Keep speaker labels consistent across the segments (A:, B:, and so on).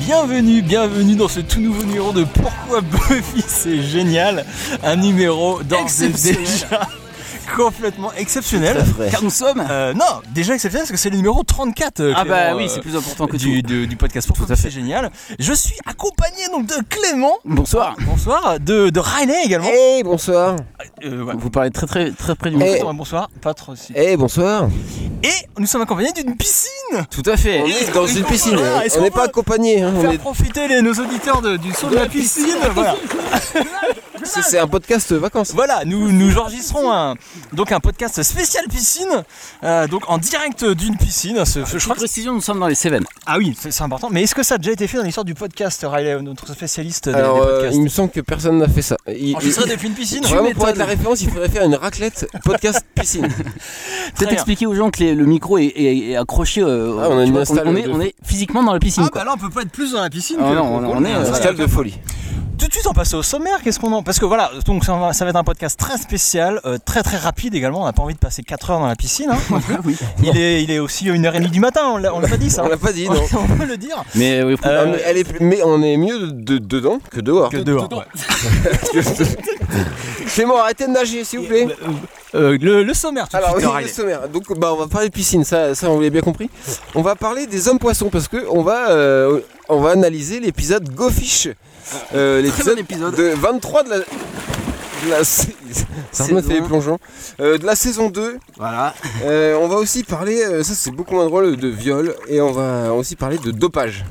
A: Bienvenue, bienvenue dans ce tout nouveau numéro de Pourquoi Buffy c'est génial, un numéro d'ores et
B: Exceptionnel.
A: déjà complètement exceptionnel.
C: Tout à fait.
B: Car nous sommes.
A: Euh, non, déjà exceptionnel parce que c'est le numéro 34. euh,
B: ah bah
A: Clément,
B: oui,
A: euh,
B: c'est plus important que
A: du,
B: tout.
A: du- du podcast Pourquoi
B: Tout à
A: Buffy, c'est génial. Je suis accompagné donc de Clément.
B: Bonsoir.
A: Bonsoir, de, de Riley également.
C: Hey, bonsoir.
A: Euh, ouais.
B: Vous parlez très très très près du
C: Eh.
B: micro.
A: Bonsoir, bonsoir, pas trop si.
C: Hey, bonsoir.
A: Et nous sommes accompagnés d'une piscine.
B: Tout à fait.
C: On est dans une piscine.
A: Ah, est-ce
C: on n'est
A: qu'on
C: pas
A: peut
C: accompagné. hein, on
A: Faire
C: est-
A: profiter les, nos auditeurs de- du son de la piscine. voilà.
C: C'est c'est un podcast vacances.
A: Voilà, nous, nous enregistrons un, donc un podcast spécial piscine, euh, donc en direct d'une piscine. Ce, ce- je crois que-
B: précision, nous sommes dans les Cévennes.
A: ah oui, c'est c'est important. Mais est-ce que ça a déjà été fait dans l'histoire du podcast, Riley, notre spécialiste des,
C: Alors,
A: des
C: euh,
A: podcasts Oh,
C: il me semble que personne n'a fait ça. Il-
A: Enregistré
C: il-
A: depuis une piscine
C: Vraiment, pour
B: m'étonnes.
C: être la référence, il faudrait faire une raclette podcast piscine.
A: Très
B: Peut-être
A: bien.
B: expliquer aux gens que les- le micro est, est- est accroché. euh,
C: Ah, on a
B: tu
C: une
B: vois,
C: installe
B: on est,
C: de
B: on est physiquement dans la piscine.
A: Ah
B: quoi.
A: bah là on peut pas être plus dans la piscine.
B: Ah
A: que-
B: non, on- on est,
A: Ah,
B: euh,
A: voilà.
C: Style de folie.
A: Tout de suite, on passe au sommaire. Qu'est-ce qu'on en. Parce que voilà, donc ça va, ça va être un podcast très spécial, euh, très très rapide également. On n'a pas envie de passer 4 heures dans la piscine. hein.
B: Oui.
A: Il, est, il est aussi 1h30 du matin, on l'a on l'a pas dit ça.
C: On l'a pas dit, non.
A: on peut le dire.
B: Mais euh, oui, faut-
C: Ah, mais, elle est plus- mais on est mieux de- de- dedans que dehors.
A: Euh, Que dehors. ouais.
C: Clément, arrêtez de nager, s'il vous plaît.
A: Euh, le, le sommaire tout de
C: Alors,
A: suite.
C: oui,
A: Riley.
C: le sommaire. Donc, bah, on va parler de piscine, ça, ça, on l'a bien compris. On va parler des hommes poissons parce que on va, euh, on va analyser l'épisode Go Fish. Euh,
B: Ah, bon épisode.
C: de 23 de la. de la sa- ça me fait les
B: Saison.
C: plongeons. Euh, de la saison 2.
B: voilà.
C: Euh, on va aussi parler, euh, ça c'est beaucoup moins drôle, de viol. Et on va aussi parler de dopage.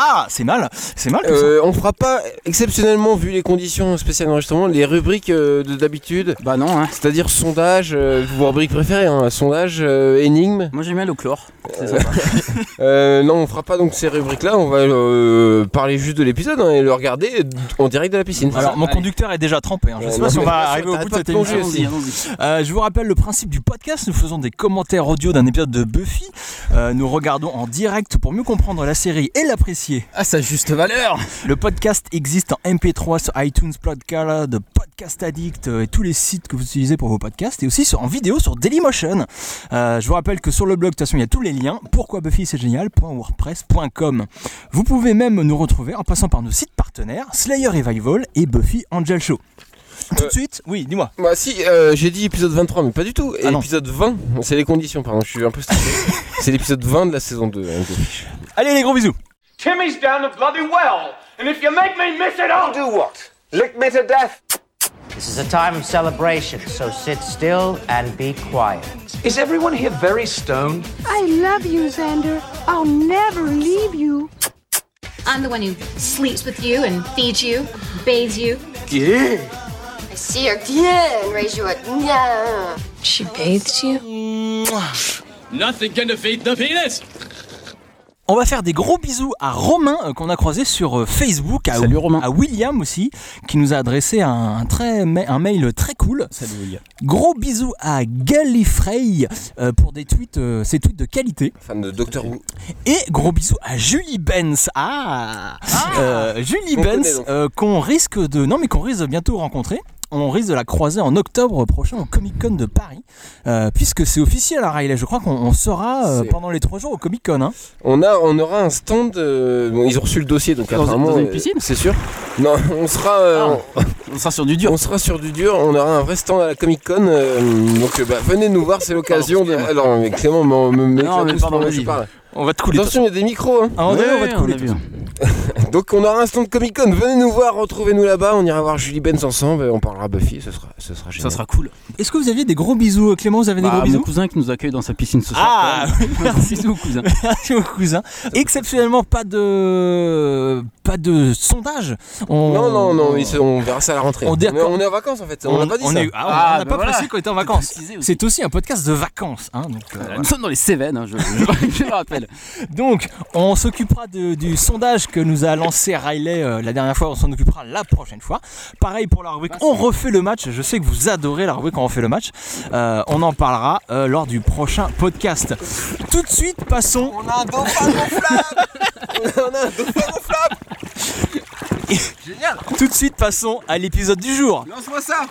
A: Ah, c'est mal. C'est mal tout ça.
C: Euh, on fera pas, exceptionnellement, vu les conditions spéciales d'enregistrement, les rubriques euh, de d'habitude.
B: Bah non. Hein.
C: C'est-à-dire sondage, euh, vos rubriques préférées, hein, sondage, euh, énigme.
B: Moi j'aime bien le chlore. C'est sympa.
C: Euh, non, on fera pas donc ces rubriques-là, on va euh, parler juste de l'épisode hein, et le regarder en direct de la piscine.
A: Alors, mon
B: Allez.
A: conducteur est déjà trempé. hein. Je
C: Ouais,
A: sais pas
C: Euh, non,
A: si on
C: mais
A: va
C: attention,
A: arriver au bout
C: t'arrêtes
A: de cette
C: pas de plonger
A: émission.
C: aussi.
B: Allons-y, allons-y.
A: Euh, je vous rappelle le principe du podcast. Nous faisons des commentaires audio d'un épisode de Buffy. Euh, nous regardons en direct pour mieux comprendre la série et l'apprécier.
B: Ah, sa juste valeur.
A: Le podcast existe en MP3 sur iTunes, Podcast, de Podcast Addict euh, et tous les sites que vous utilisez pour vos podcasts et aussi sur, en vidéo sur Dailymotion. Euh, je vous rappelle que sur le blog, de toute façon, il y a tous les liens. Pourquoi Buffy c'est génial.wordpress.com. Vous pouvez même nous retrouver en passant par nos sites partenaires Slayer Revival et Buffy Angel Show. Tout de
C: Euh,
A: suite, oui, dis-moi.
C: Bah si, euh, j'ai dit épisode 23, mais pas du tout.
A: Ah non.
C: épisode 20, c'est les conditions, pardon, je suis un peu stressé. c'est l'épisode 20 de la saison 2. hein, Go Fish.
A: Allez, les gros bisous.
D: Timmy's down the bloody well, and if you make me miss it, I'll do what? Lick me to death.
E: This is a time of celebration, so sit still and be quiet.
D: Is everyone here very stoned?
F: I love you, Xander. I'll never leave you.
G: I'm the one who sleeps with you and feeds you, bathes you.
H: I see her yeah, and raise you a yeah.
G: She bathes you?
I: Nothing can defeat the penis!
A: On va faire des gros bisous à Romain euh, qu'on a croisé sur euh, Facebook, à,
B: Salut, Romain.
A: à William aussi, qui nous a adressé un, un très, ma- un mail très cool. Gros bisous à Gallifrey euh, pour des tweets, euh, ses tweets de qualité.
C: Fan de Doctor Who.
A: Et gros bisous à Julie Benz. Ah, Euh, Julie
C: On connaît
A: Benz
C: donc.
A: euh, qu'on risque de non mais qu'on risque de bientôt rencontrer. On risque de la croiser en octobre prochain au Comic Con de Paris, euh, puisque c'est officiel à Riley. Je crois qu'on on sera euh,
C: C'est-
A: pendant les trois jours au Comic Con. Hein.
C: On, a, on aura un stand, euh, bon, ils ont reçu le dossier, donc
B: Dans-
C: apparemment...
B: dans une
C: euh,
B: piscine
C: C'est sûr. Non, on sera... euh,
B: On sera sur du
C: on-
B: dur.
C: on sera sur du dur, on aura un vrai stand à la Comic Con, donc euh, bah, venez nous voir, c'est l'occasion de... Alors mais Clément, m'en- me met
B: Non, mais
C: tous
B: pardon,
C: pendant que je
B: vas-y.
C: parle.
A: On va te couler.
C: Attention, il y a des micros. Hein.
A: À un moment donné, Ah, on va
B: Ouais,
A: te
B: on
A: couler.
B: a vu.
C: Donc on aura un stand Comic Con, venez nous voir, retrouvez-nous là-bas, on ira voir Julie Benz ensemble, et on parlera Buffy, ce sera, ce sera
B: Ça
C: génial.
B: sera cool.
A: Est-ce que vous aviez des gros bisous, euh, Clément Vous avez des
B: Bah,
A: gros
B: mon
A: bisous
B: cousin qui nous accueille dans sa piscine ce soir.
A: Ah,
B: merci beaucoup cousin.
A: Merci au cousin. Exceptionnellement, pas de pas de sondage. On...
C: Non, non, non, mais c'est- on verra ça à la rentrée.
A: On
C: On,
A: dit-
C: est, on est en vacances en fait, on n'a pas dit ça.
A: est- ah, on
B: Ah,
A: n'a
B: bah
A: pas
B: voilà.
A: précisé qu'on était en vacances.
B: Préciser aussi.
A: C'est aussi un podcast de vacances. hein, donc, euh,
B: Nous sommes dans les Cévennes, hein, je, je- je le rappelle.
A: donc, on s'occupera de- du sondage que nous a lancé Riley euh, la dernière fois. On s'en occupera la prochaine fois. Pareil pour la rubrique On refait le match. Je sais que vous adorez la rubrique On refait le match. Euh, on en parlera euh, lors du prochain podcast. Tout de suite, passons
C: On a un dauphin gonflable On a un dauphin gonflable
A: Tout de suite, passons à l'épisode du jour.
C: Lance-moi ça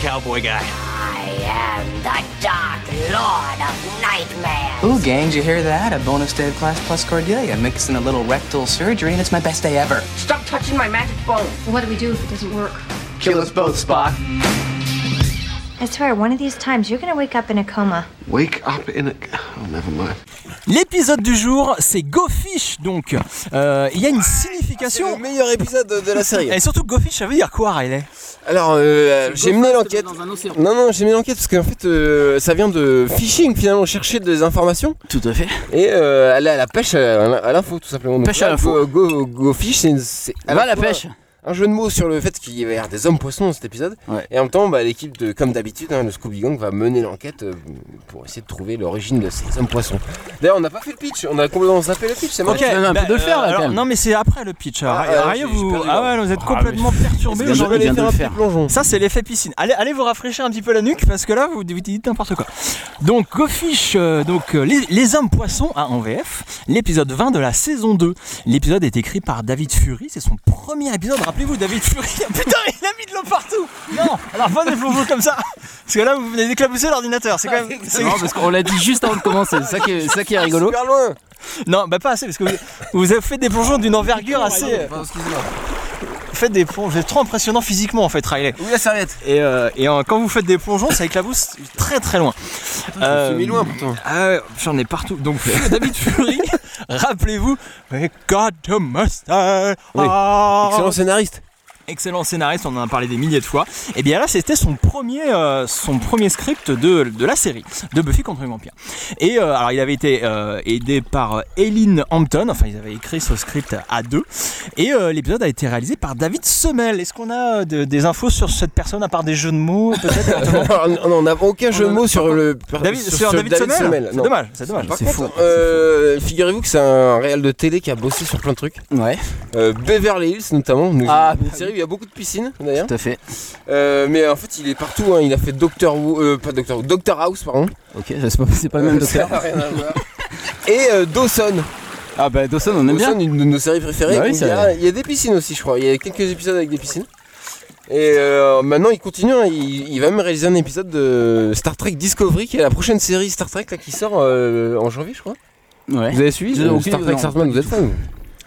H: I am the Dark Lord of Nightmare.
J: Ooh, gangs, you hear that? A bonus day of class plus Cordelia. Mix in a little rectal surgery, and it's my best day ever.
K: Stop touching my magic bone.
G: What do we do if it doesn't work?
J: Kill us both, Spock.
L: I swear, one of these times you're gonna wake up in a coma.
M: Wake up in a. Oh, never mind.
A: L'épisode du jour, c'est Go Fish, donc. Euh, Il y a une signification.
C: le meilleur épisode de, de la série.
A: Et surtout, Go Fish, ça veut dire quoi, Riley
C: Alors, euh, j'ai mené l'enquête. Non, non, j'ai mené l'enquête parce qu'en fait, euh, ça vient de phishing finalement, chercher des informations.
B: Tout à fait.
C: Et euh, aller à la pêche à, à l'info, tout simplement. Donc
B: Pêche
C: là,
B: à l'info.
C: Go, go, go fish, c'est. une- c'est à
B: Va à la
C: fois
B: pêche.
C: Un jeu de mots sur le fait qu'il y avait des hommes poissons dans cet épisode. Et en même temps, bah, l'équipe, de, comme d'habitude, hein, le Scooby Gang va mener l'enquête euh, pour essayer de trouver l'origine de ces hommes poissons. D'ailleurs, on n'a pas fait le pitch, on a complètement zappé le pitch, c'est marrant.
A: bah, euh, alors, Non, mais c'est après le pitch. Ah,
C: Ah,
A: Riley,
C: j'ai- j'ai
A: vous,
C: perdu,
A: ah
C: ouais.
A: ouais, non, vous êtes
C: Ah,
A: complètement
C: mais-
A: perturbé.
C: Est-ce que
A: aujourd'hui.
C: je viens de le faire
A: Ça, c'est l'effet piscine. Allez, allez vous rafraîchir un petit peu la nuque parce que là, vous, vous dites n'importe quoi. Donc, Go Fish, euh, donc, euh, les, les hommes poissons à en VF, l'épisode 20 de la saison 2. L'épisode est écrit par David Fury. C'est son premier épisode. Rappelez-vous, David Fury. Putain, il a mis de l'eau partout. Non, alors pas des flocons comme ça. Parce que là, vous venez d'éclabousser l'ordinateur. C'est quand même. c'est-
B: Non, parce qu'on l'a dit juste avant de commencer. C'est ça qui est, ça qui est rigolo.
C: Super loin.
A: Non, bah pas assez, parce que vous, vous avez fait des plongeons d'une envergure assez. Vous faites des plongeons, vous êtes trop impressionnant physiquement en fait, Riley.
C: Oui, la serviette.
A: Et, euh, et en- quand vous faites des plongeons, ça éclabousse très très loin.
C: je me suis mis loin, pourtant.
A: euh, J'en ai partout. Donc David Fury, rappelez-vous, We got a mustache.
C: Oui.
A: Oh.
C: Excellent scénariste.
A: Excellent scénariste, on en a parlé des milliers de fois. Et bien là, c'était son premier, euh, son premier script de, de la série, de Buffy contre les vampires. Et euh, alors, il avait été euh, aidé par euh, Eileen Hampton, enfin, ils avaient écrit ce script à deux. Et euh, l'épisode a été réalisé par David Semel. Est-ce qu'on a euh, de- des infos sur cette personne, à part des jeux de mots, peut-être éventuellement
C: Alors, non, on n'a aucun jeu de mots sur le.
A: David- sur
C: ce
A: David Semel C'est
C: non.
A: dommage, c'est dommage.
C: Par
A: C'est
C: contre,
A: faux.
C: euh, figurez-vous que c'est un réal de télé qui a bossé sur plein de trucs. Euh,
B: Ouais.
C: Beverly Hills notamment. nous-
B: Ah,
C: une série où il y a beaucoup de piscines d'ailleurs.
B: Tout à fait.
C: Euh, mais en fait, il est partout. hein. Il a fait Doctor Who, euh, pas Doctor Who, Doctor House, pardon.
B: Ok, c'est pas, c'est pas le même docteur.
C: Ça n'a rien à voir. Et euh, Dawson.
B: Ah bah Dawson, on aime bien.
C: Dawson, une de nos séries préférées.
B: Bah oui,
C: il, y a,
B: c'est-
C: il y a des piscines aussi, je crois. Il y a quelques épisodes avec des piscines. Et euh, maintenant, il continue. hein. Il, il va même réaliser un épisode de Star Trek Discovery, qui est la prochaine série Star Trek là, qui sort euh, en janvier, je crois.
B: Ouais.
C: Vous avez suivi
B: Je-
C: euh,
B: aucune-
C: Star Trek
B: non,
C: Starman, vous êtes fan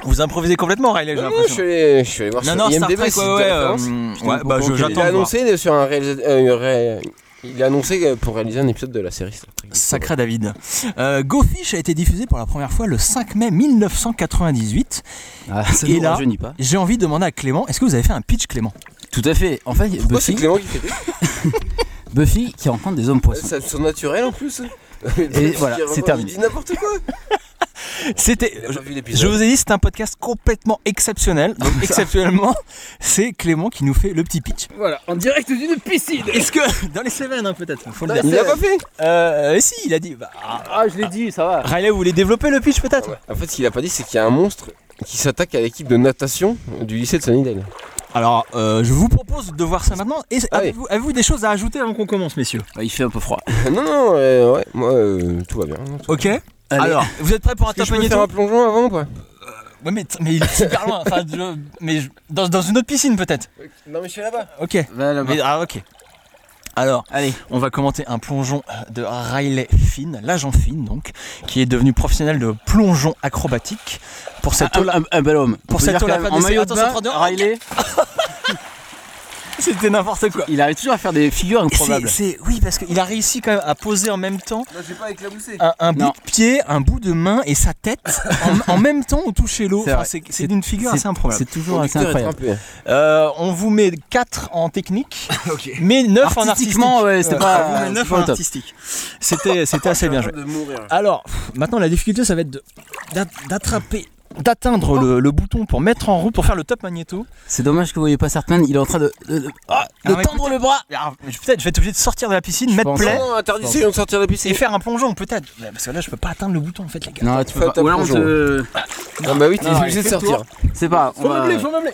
A: Vous improvisez complètement, Riley, j'ai
C: Non, non, Ah, je,
A: l'impression.
C: suis allé, je suis allé voir
A: Non,
C: sur
A: non, Star
C: IMDb,
A: Trek,
C: site
A: ouais,
C: de
A: ouais,
C: référence.
A: euh, ouais, bah, je-
C: Il
A: j'attends
C: a
A: de voir.
C: annoncé sur un réalisa- euh, ré- Il a annoncé euh, pour réaliser un épisode de la série Star Trek.
A: Sacré David. Euh, Go Fish a été diffusé pour la première fois le 5 mai 1998.
B: ça nous rajeunit pas.
A: j'ai envie de demander à Clément, est-ce que vous avez fait un pitch Clément
B: Tout à fait. En fait,
C: Pourquoi c'est
B: Buffy,
C: Clément qui fait des-
B: Buffy qui rencontre des hommes poissons.
C: Euh, Ça me semble naturel en plus.
B: Et voilà,
C: Il
B: c'est terminé.
C: dit n'importe quoi.
A: C'était,
C: Il a pas vu l'épisode.
A: je vous ai dit, c'est un podcast complètement exceptionnel. Donc exceptionnellement, c'est Clément qui nous fait le petit pitch.
B: Voilà, en direct d'une piscine.
A: Est-ce que dans les Cévennes hein, peut-être, faut le
C: Il
A: dire.
C: l'a pas fait
A: Euh, si, il a dit. bah,
B: Ah, je l'ai dit, ça va.
A: Riley, vous voulez développer le pitch peut-être
C: En fait, ce qu'il a pas dit, c'est qu'il y a un monstre qui s'attaque à l'équipe de natation du lycée de Sunnydale.
A: Alors, euh, je vous propose de voir ça maintenant. Et
C: Ah oui.
A: avez-vous, avez-vous des choses à ajouter avant qu'on commence, messieurs
B: Ah, il fait un peu froid.
C: non, non, euh, ouais, moi, euh, tout va bien. Tout-
A: Ok. Alors, vous êtes prêts pour un
C: Est-ce que
A: top
C: je peux
A: magnéto
C: faire un plongeon avant ou pas
A: Ouais, mais, mais il est super loin. Enfin, je- mais je- dans, dans une autre piscine peut-être.
C: Non, mais je suis là-bas.
A: Ok. Mais- ah, ok. Alors,
B: Allez.
A: on va commenter un plongeon euh, de Riley Finn, l'agent Finn donc, qui est devenu professionnel de plongeon acrobatique pour cette
B: Un, un- un bel homme.
A: Ah, Pour
B: On peut
A: cette
B: dire
A: Olympiade
B: qu'en
A: des-
B: maillot de
A: Attends,
B: bain,
A: ça prend deux-
B: Riley,
A: ah, C'était n'importe quoi.
B: il arrive toujours à faire des figures improbables.
A: C'est, c'est- oui, parce qu'il a réussi quand même à poser en même temps
C: Non, j'ai pas éclaboussé.
A: un, un bout
B: Non.
A: de pied, un bout de main et sa tête en, en même temps au toucher l'eau.
B: C'est
A: Enfin,
B: vrai.
A: c'est, c'est d'une figure assez improbable.
B: C'est toujours assez incroyable.
A: Euh, on vous met 4 en technique,
C: Ok.
A: mais 9 en artistique.
B: Artistiquement, ouais, c'était pas-
A: on vous met
B: c'était
A: neuf
B: pas
A: en
B: au top.
A: artistique. C'était, c'était assez bien joué.
C: De mourir.
A: Alors, pff, maintenant la difficulté, ça va être de- d'a- d'attraper, d'atteindre le, le bouton pour mettre en route, pour faire le top magnéto.
B: C'est dommage que vous voyez pas Sartman, il est en train de, de, de- ah, de
A: Ah, mais
B: tendre
A: écoutez,
B: le bras.
A: Alors, je- peut-être, je vais être obligé de sortir de la piscine, mettre
B: pense.
A: play
C: Non, interdiction de sortir de la piscine.
A: et faire un plongeon, peut-être. Mais Parce que là, je peux pas atteindre le bouton en fait, les gars.
B: Non, tu peux
C: Faites
B: pas.
C: un
B: Ou alors on te.
C: Ah bah oui, t'es
B: Non,
C: obligé de
B: fais-toi.
C: sortir.
B: C'est pas. On va,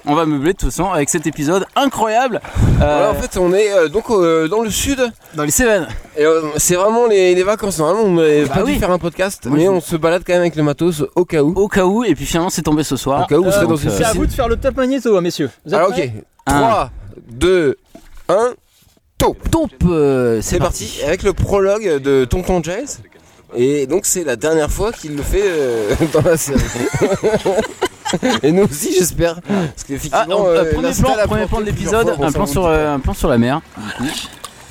B: on va meubler de toute façon avec cet épisode incroyable. euh,
C: Voilà, en fait, on est euh, donc euh, dans le sud.
B: dans les Cévennes.
C: Et euh, c'est vraiment les, les vacances. Normalement, on n'aurait
B: Bah
C: pas
B: oui.
C: dû faire un podcast,
B: Moi,
C: mais
B: je-
C: on se balade quand même avec le matos au cas où.
B: Au cas où, et puis finalement c'est tombé ce soir.
C: Au cas où, vous serez dans
B: donc,
C: une
B: euh,
A: C'est à
C: piscine.
A: vous de faire le top magnéto, hein, messieurs. Vous êtes
B: Ah,
C: Alors,
A: prêts
C: ok.
B: Un.
C: 3, 2, 1. Taupe.
B: Tompe, euh,
C: C'est parti. Avec le prologue de Tonton Jazz. Et donc c'est la dernière fois qu'il le fait euh, dans la série. Et nous aussi j'espère. Parce
B: Ah,
C: qu'effectivement,
B: on- euh,
C: euh,
B: premier,
C: l'insta
B: plan,
C: l'a
B: premier
C: planté
B: plan de
C: plusieurs
B: l'épisode,
C: fois, bon,
B: un,
C: ça
B: plan
C: remonte
B: sur, euh, un plan sur la mer. du coup.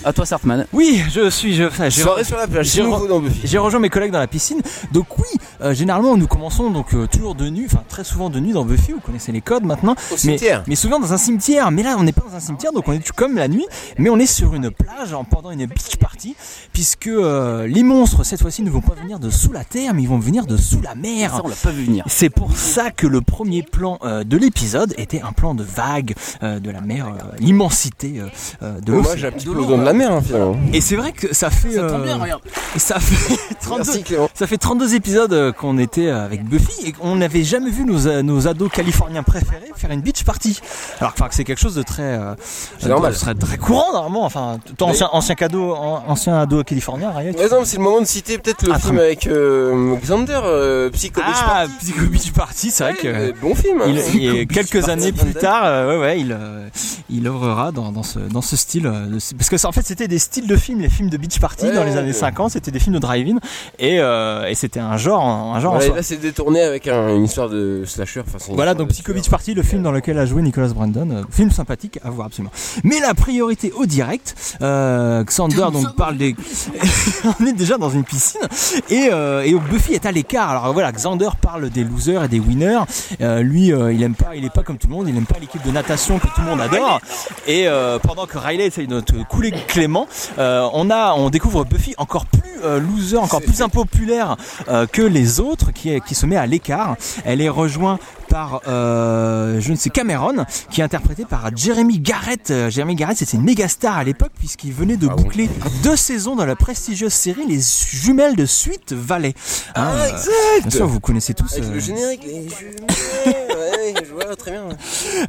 B: À toi, Sartman.
A: Oui, je suis. Je, enfin, j'ai-
C: Soirée sur la plage,
A: Euh, j'ai
C: c'est nouveau
A: re-
C: dans Buffy.
A: J'ai rejoint mes collègues dans la piscine. Donc oui, euh, généralement nous commençons donc euh, toujours de nu, enfin très souvent de nu dans Buffy. Vous connaissez les codes maintenant. mais,
C: cimetière.
A: mais souvent dans un cimetière. Mais là on n'est pas dans un cimetière, donc on est comme la nuit. Mais on est sur une plage en pendant une beach party, puisque euh, les monstres cette fois-ci ne vont pas venir de sous la terre, mais ils vont venir de sous la mer.
C: Ah.
B: Ça, on l'a pas vu venir.
A: C'est pour ça que le premier plan euh, de l'épisode était un plan de vague euh, de la mer, euh, l'immensité euh, euh, de
C: Hommage à
A: l'océan.
C: un petit peu au don de la mer hein, finalement.
B: Ah.
A: Et c'est vrai que ça fait.
B: tombe bien,
A: euh,
B: regarde.
A: Ça fait 32,
C: Merci, Clément.
A: ça fait 32 épisodes euh, qu'on était euh, avec Buffy et qu'on n'avait jamais vu nos, euh, nos ados californiens préférés faire une beach party. Alors que, enfin, que c'est quelque chose de très. euh, de-
C: normal.
A: ce serait très courant normalement. Enfin, ton ancien, ancien, cadeau, an- ancien ado californien, Riot.
C: Mais non, mais c'est le moment de citer peut-être le
A: Ah,
C: film
A: très
C: avec euh, Xander, euh, Psycho Beach
A: Ah,
C: Party.
A: Psycho Beach Party,
B: Ah,
A: c'est vrai que.
C: Euh, Bon film. hein.
A: Il- il-
C: Psycho Beach
A: quelques
C: Party.
A: années plus tard, euh, ouais, ouais, il, euh, il œuvrera dans, dans ce, dans ce style. euh, de- parce que ça, en fait, c'était des styles de films, les films de beach party
C: Ouais,
A: dans les
C: ouais,
A: années
C: ouais.
A: 50, c'était des films de drive-in et, euh, et c'était un genre, un genre en
C: Voilà, et
A: soi.
C: là, c'est détourné avec un- une histoire de slasher. Enfin, c'est une
A: Voilà,
C: histoire
A: donc
C: de
A: Psycho Beach
C: tueur.
A: Party, le film dans lequel a joué Nicholas Brandon, euh, film sympathique à voir absolument. Mais la priorité au direct, euh, Xander donc parle des, on est déjà dans une piscine et, euh, et Buffy est à l'écart. Alors voilà, Xander parle des losers et des winners. Euh, lui, euh, il aime pas, il est pas comme tout le monde, il aime pas l'équipe de natation que tout le monde adore. Et euh, pendant que Riley essaye de te couler Clément, euh, on a, on découvre Buffy encore plus euh, loser, encore plus impopulaire euh, que les autres, qui, est- qui se met à l'écart. Elle est rejointe par euh, je ne sais Cameron qui est interprété par Jeremy Garrett Euh, Jeremy Garrett c'était une méga star à l'époque puisqu'il venait
C: Ah
A: de boucler deux saisons dans la prestigieuse série Les Jumelles de Suite Valley Hein, euh, bien sûr vous connaissez tous
C: Ah, Avec
A: euh,
C: le générique, les jumelles. ouais, je vois très bien.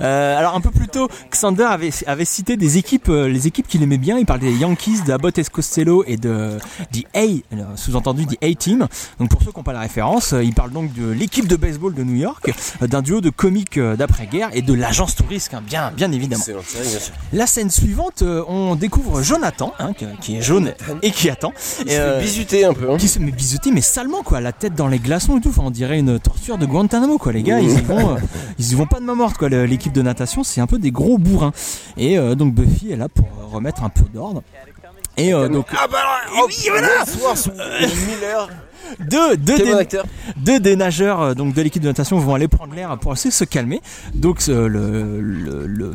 A: euh, alors un peu plus tôt, Xander avait, avait cité des équipes, euh, les équipes qu'il aimait bien. Il parlait des Yankees, d'Abbott Costello et de the A, euh, sous-entendu The A-Team. Donc pour ceux qui n'ont pas la référence, euh, il parle donc de l'équipe de baseball de New York, euh, d'un duo de comiques euh, d'après-guerre et de l'agence touriste, hein, bien, bien évidemment.
C: Excellente série, bien sûr.
A: La scène suivante, euh, on découvre Jonathan, hein, qui, qui est jaune et qui attend.
C: Il
A: Et,
C: se
A: euh,
C: fait bisuter un peu. Hein.
A: qui se met bisoté mais salement quoi la tête dans les glaçons et tout enfin on dirait une torture de Guantanamo quoi les gars ils y vont euh, ils y vont pas de main morte quoi Le- l'équipe de natation c'est un peu des gros bourrins et euh, donc Buffy est là pour euh, remettre un peu d'ordre et euh, donc
C: Ah bah alors, oh, oui, voilà Miller,
A: deux deux
C: quel bon
A: dé-
C: acteur.
A: deux des nageurs euh, donc de l'équipe de natation vont aller prendre l'air pour essayer de se calmer donc euh, le, le, le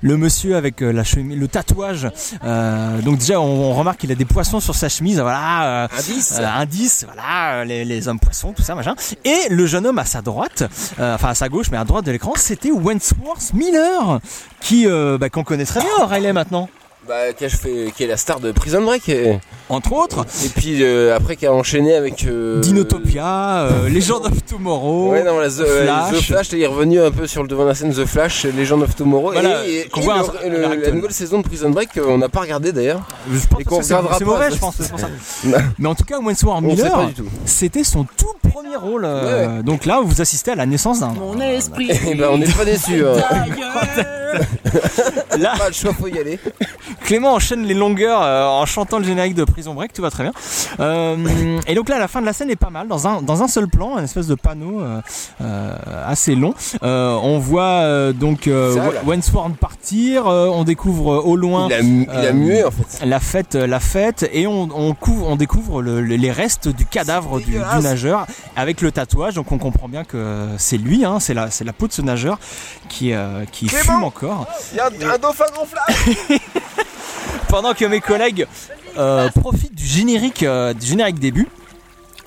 A: le monsieur avec euh, la chemise le tatouage euh, donc déjà on, on remarque qu'il a des poissons sur sa chemise voilà euh,
C: Indice.
A: euh, indice, voilà, euh, les, les hommes poissons, tout ça, machin. Et le jeune homme à sa droite, euh, enfin à sa gauche, mais à droite de l'écran, c'était Wentworth Miller, qui euh, bah, qu'on connaît très bien, Riley maintenant,
C: Bah, qui, a fait, qui est la star de Prison Break. Et,
A: entre autres.
C: et puis euh, après, qui a enchaîné avec. euh,
A: Dinotopia, euh, Legend of Tomorrow.
C: Ouais, non, voilà, The Flash.
A: Flash.
C: The Flash, là, il est revenu un peu sur le devant de la scène The Flash, Legend of Tomorrow.
A: Voilà,
C: et et-
A: qu'on
C: et
A: voit
C: le-
A: à
C: le-
A: l'heure
C: la
A: actuelle.
C: nouvelle saison de Prison Break, euh, on n'a pas regardé d'ailleurs.
A: je pense
C: Et qu'on
A: que c'est
C: regardera
A: c'est
C: pas,
A: mauvais,
C: parce
A: je pense.
C: que-
A: c'est pour ça.
C: Non.
A: Mais en tout cas, Wentworth
C: On sait pas
A: Miller,
C: du tout.
A: c'était son tout premier rôle. euh,
C: Ouais,
A: Donc là, vous assistez à la naissance d'un.
C: Et ben, on n'est pas déçus. hein.
A: Là,
C: pas le choix, faut y aller.
A: Clément enchaîne les longueurs euh, en chantant le générique de Prison Break, tout va très bien. Euh, et donc là, la fin de la scène est pas mal. Dans un, dans un seul plan, un espèce de panneau euh, euh, assez long, euh, on voit euh, donc euh,
C: Ça, là.
A: Wentworth partir, euh, on découvre euh, au loin...
C: Il a, mu- il
A: euh,
C: a mué en fait.
A: La fête, euh, la fête, et on, on, couv- on découvre le- le- les restes du cadavre
C: C'est
A: du, du
C: dégueulasse.
A: nageur avec le tatouage. Donc on comprend bien que c'est lui, hein, c'est la, c'est la peau de ce nageur qui, euh, qui
C: Clément.
A: fume encore.
C: Il y a un dauphin gonflable
A: pendant que mes collègues euh, profitent du générique, euh, du générique début.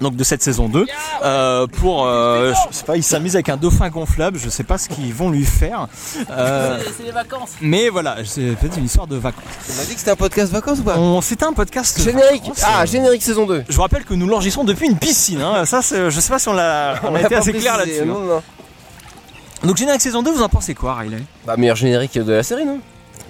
A: Donc de cette saison 2 euh, pour euh, je sais pas ils s'amusent avec un dauphin gonflable je sais pas ce qu'ils vont lui faire Euh,
B: C'est les vacances.
A: mais voilà c'est peut-être une histoire de vacances
C: On m'a dit que c'était un podcast vacances ou pas
A: on c'était un podcast
C: Générique
A: vacances, euh,
C: Ah, générique saison 2.
A: je vous rappelle que nous l'enregistrons depuis une piscine hein. ça c'est- je sais pas si on l'a on a été
C: pas
A: assez clair
C: précisé,
A: là-dessus
C: non, non.
A: hein. donc générique saison 2 vous en pensez quoi Riley
C: Bah, meilleur générique de la série, non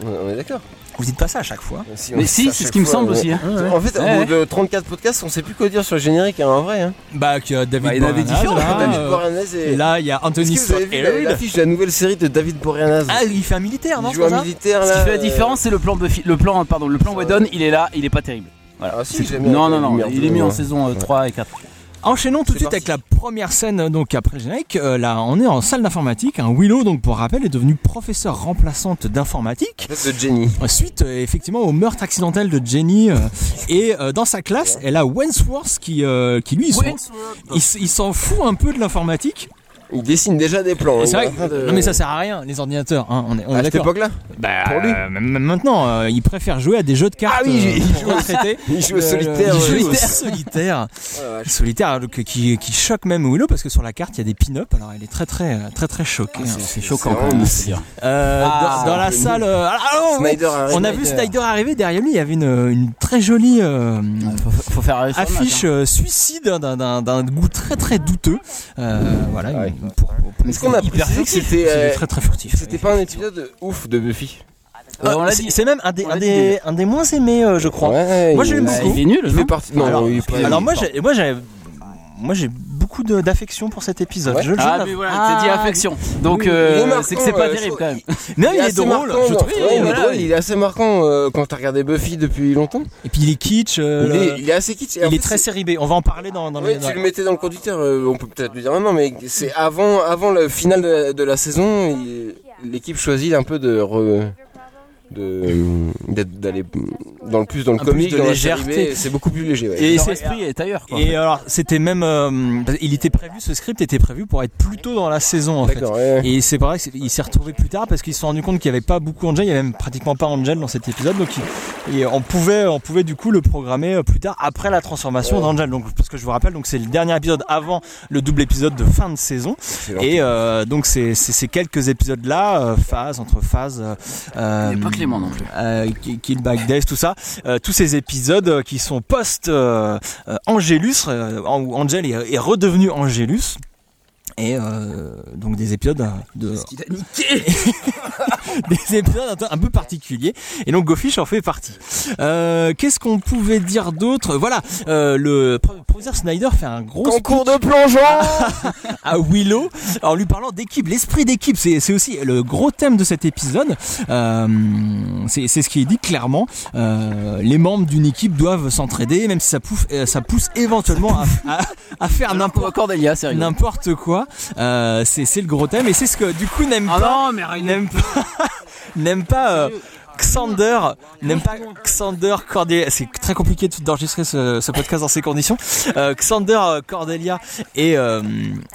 C: On- on est d'accord.
A: vous dites pas ça à chaque fois
C: on
B: Mais
C: dit
B: si,
C: ça à
B: c'est ce
C: chaque
B: qui me
C: fois,
B: semble
C: ouais.
B: aussi. hein.
C: En fait,
B: Ouais,
C: au
B: ouais.
C: bout de 34 podcasts, on sait plus quoi dire sur le générique hein, en vrai. Hein.
A: bah que David
C: Bah, il y en avait
A: Boreanaz
C: différents.
A: là,
C: David
A: euh,
C: Boreanaz et-
A: et là il y a
C: Est-ce
A: Anthony
C: que vous avez
A: Scott
C: vu la-
A: Hillary
C: l'affiche de la nouvelle série de David Boreanaz
A: ah il fait un militaire non
C: Il
A: c'est
C: joue un
A: pas ça
C: militaire
B: Ce
C: ah là.
B: qui fait la
C: euh,
B: différence, c'est le plan Buffy- le plan, pardon, le plan Whedon, il est là, il est pas terrible. Voilà.
C: Ah, si,
B: C'est
C: je
B: tout.
C: l'ai mis
B: non,
C: avec
B: non,
C: la
B: non,
C: lumière
B: il
C: bleue,
B: est mis en
C: ouais.
B: saison euh,
C: Ouais.
B: 3 et 4.
A: Enchaînons tout de suite avec la première scène donc après le générique. Euh, là, on est en salle d'informatique. Hein. Willow, donc pour rappel, est devenue professeure remplaçante d'informatique.
C: De Jenny.
A: Euh, Suite euh, effectivement au meurtre accidentel de Jenny euh, et euh, dans sa classe, elle a Wentworth qui euh, qui lui il s'en- il s- il s'en fout un peu de l'informatique.
C: Il dessine déjà des plans.
A: Et
C: hein,
A: c'est vrai
C: il est en train
A: que-
C: de-
A: non mais ça sert à rien les ordinateurs hein, on est, on est
C: À cette
A: d'accord.
C: époque-là
A: bah,
C: Pour lui Ah
A: euh, même même maintenant euh, il préfère jouer à des jeux de cartes
C: oui,
A: euh,
C: il
A: pour
C: joue au-
A: retraités.
C: il joue
A: Le-
C: au
A: le-
C: solitaire,
A: il
C: ouais.
A: joue au
C: Ouais,
A: solitaire
C: ouais.
A: solitaire donc, qui, qui choque même Willow parce que sur la carte il y a des pin-up alors elle est très très très très,
C: Ah,
A: choquée hein.
B: C'est choquant
A: c'est
B: quand même.
A: vraiment-
B: c'est dire.
A: Euh,
B: Ah,
A: dans, dans la
B: le
A: salle
B: nul.
A: euh, ah, ah, ouais,
B: Snyder,
A: on a
B: Snyder.
C: euh,
A: vu Snyder arriver derrière lui il y avait une, une très jolie euh,
B: Faut faire
C: Ah,
B: arrêter sur le match,
A: affiche
B: hein.
A: euh, suicide d'un- d'un d'un goût très très douteux Euh, voilà une- pour- pour-
C: Est-ce qu'on a
A: hyper
C: précisé que
A: furtif.
C: c'était euh,
A: très très furtif
C: C'était pas Ah, un épisode ouf de Buffy.
A: Euh, on l'a dit. C'est même un des, un des, un des moins aimés, euh, je crois.
C: hein. Ouais,
A: moi,
C: il-
A: j'aime
C: bah,
A: beaucoup.
C: il est nul, je Il fait pense. partie- non,
A: alors,
C: il est pas-
A: alors
C: il est
A: moi,
C: pas.
A: j'ai, moi, j'ai, moi, j'ai beaucoup de- d'affection pour cet épisode.
B: Ouais.
A: Je le
B: Ah,
A: jure.
B: mais voilà, t'as dit affection. Donc, euh,
C: Il est marquant,
B: c'est que c'est pas
C: euh,
B: terrible,
C: je-
B: quand même.
A: Non, il est
C: assez
A: drôle,
C: marquant,
A: je
C: non
A: trouve,
C: Ouais, il est
A: voilà,
C: drôle,
A: il-
C: il est assez marquant euh, quand t'as regardé Buffy depuis longtemps.
A: Et puis il est kitsch. euh,
C: il, est, il est assez kitsch. et en
A: Il
C: fait,
A: est très
C: c'est-
A: série B. On va en parler dans, dans
C: Ouais,
A: les.
C: tu le mettais dans le conducteur, euh, on peut peut-être lui dire maintenant, mais c'est avant, avant le final de la, de la saison, il- l'équipe choisit un peu de re- de- d'être- d'aller dans le plus dans le
A: Un peu
C: comique,
A: plus de
C: dans la série
A: légèreté.
C: B, c'est beaucoup plus léger. ouais.
B: Et l'esprit est ailleurs, quoi.
A: Et alors, c'était même, euh, il était prévu, ce script était prévu pour être plus tôt dans la saison en fait.
C: D'accord, ouais, ouais.
A: Et c'est pareil, c'est- il s'est retrouvé plus tard parce qu'ils se sont rendu compte qu'il n'y avait pas beaucoup Angel, il n'y avait même pratiquement pas Angel dans cet épisode, donc il- et on pouvait, on pouvait du coup le programmer euh, plus tard après la transformation d'Angel. Donc parce que je vous rappelle, donc c'est le dernier épisode avant le double épisode de fin de saison. Et euh, donc c'est c'est- ces quelques épisodes là, phase entre phase. euh,
B: Il est pas
A: euh,
B: Clément non plus.
A: euh, Ki- Kill Back Days, tout ça, euh, tous ces épisodes euh, qui sont post euh, euh, Angelus, euh, en- où Angel est, est redevenu Angelus. Et euh, donc des épisodes euh, de des épisodes un, un peu particuliers. Et donc Gofish en fait partie. Euh, Qu'est-ce qu'on pouvait dire d'autre Voilà, euh, le pro- professeur Snyder fait un gros
C: Concours de plongeon
A: à Willow en lui parlant d'équipe, l'esprit d'équipe, c'est c'est aussi le gros thème de cet épisode. Euh, c'est c'est ce qui est dit clairement. Euh, les membres d'une équipe doivent s'entraider, même si ça, pouffe- euh, ça pousse éventuellement à, à- à faire n'importe
B: bah, Cordelia, c'est rigolo.
A: n'importe quoi. Euh, c'est c'est le gros thème et c'est ce que du coup n'aime
B: Ah
A: pas,
B: non, mais arrête.
A: n'aime pas, n'aime pas. euh, Xander, n'aime pas Xander Cordelia. C'est très compliqué de- d'enregistrer ce, ce podcast dans ces conditions. Euh, Xander euh, Cordelia et, euh,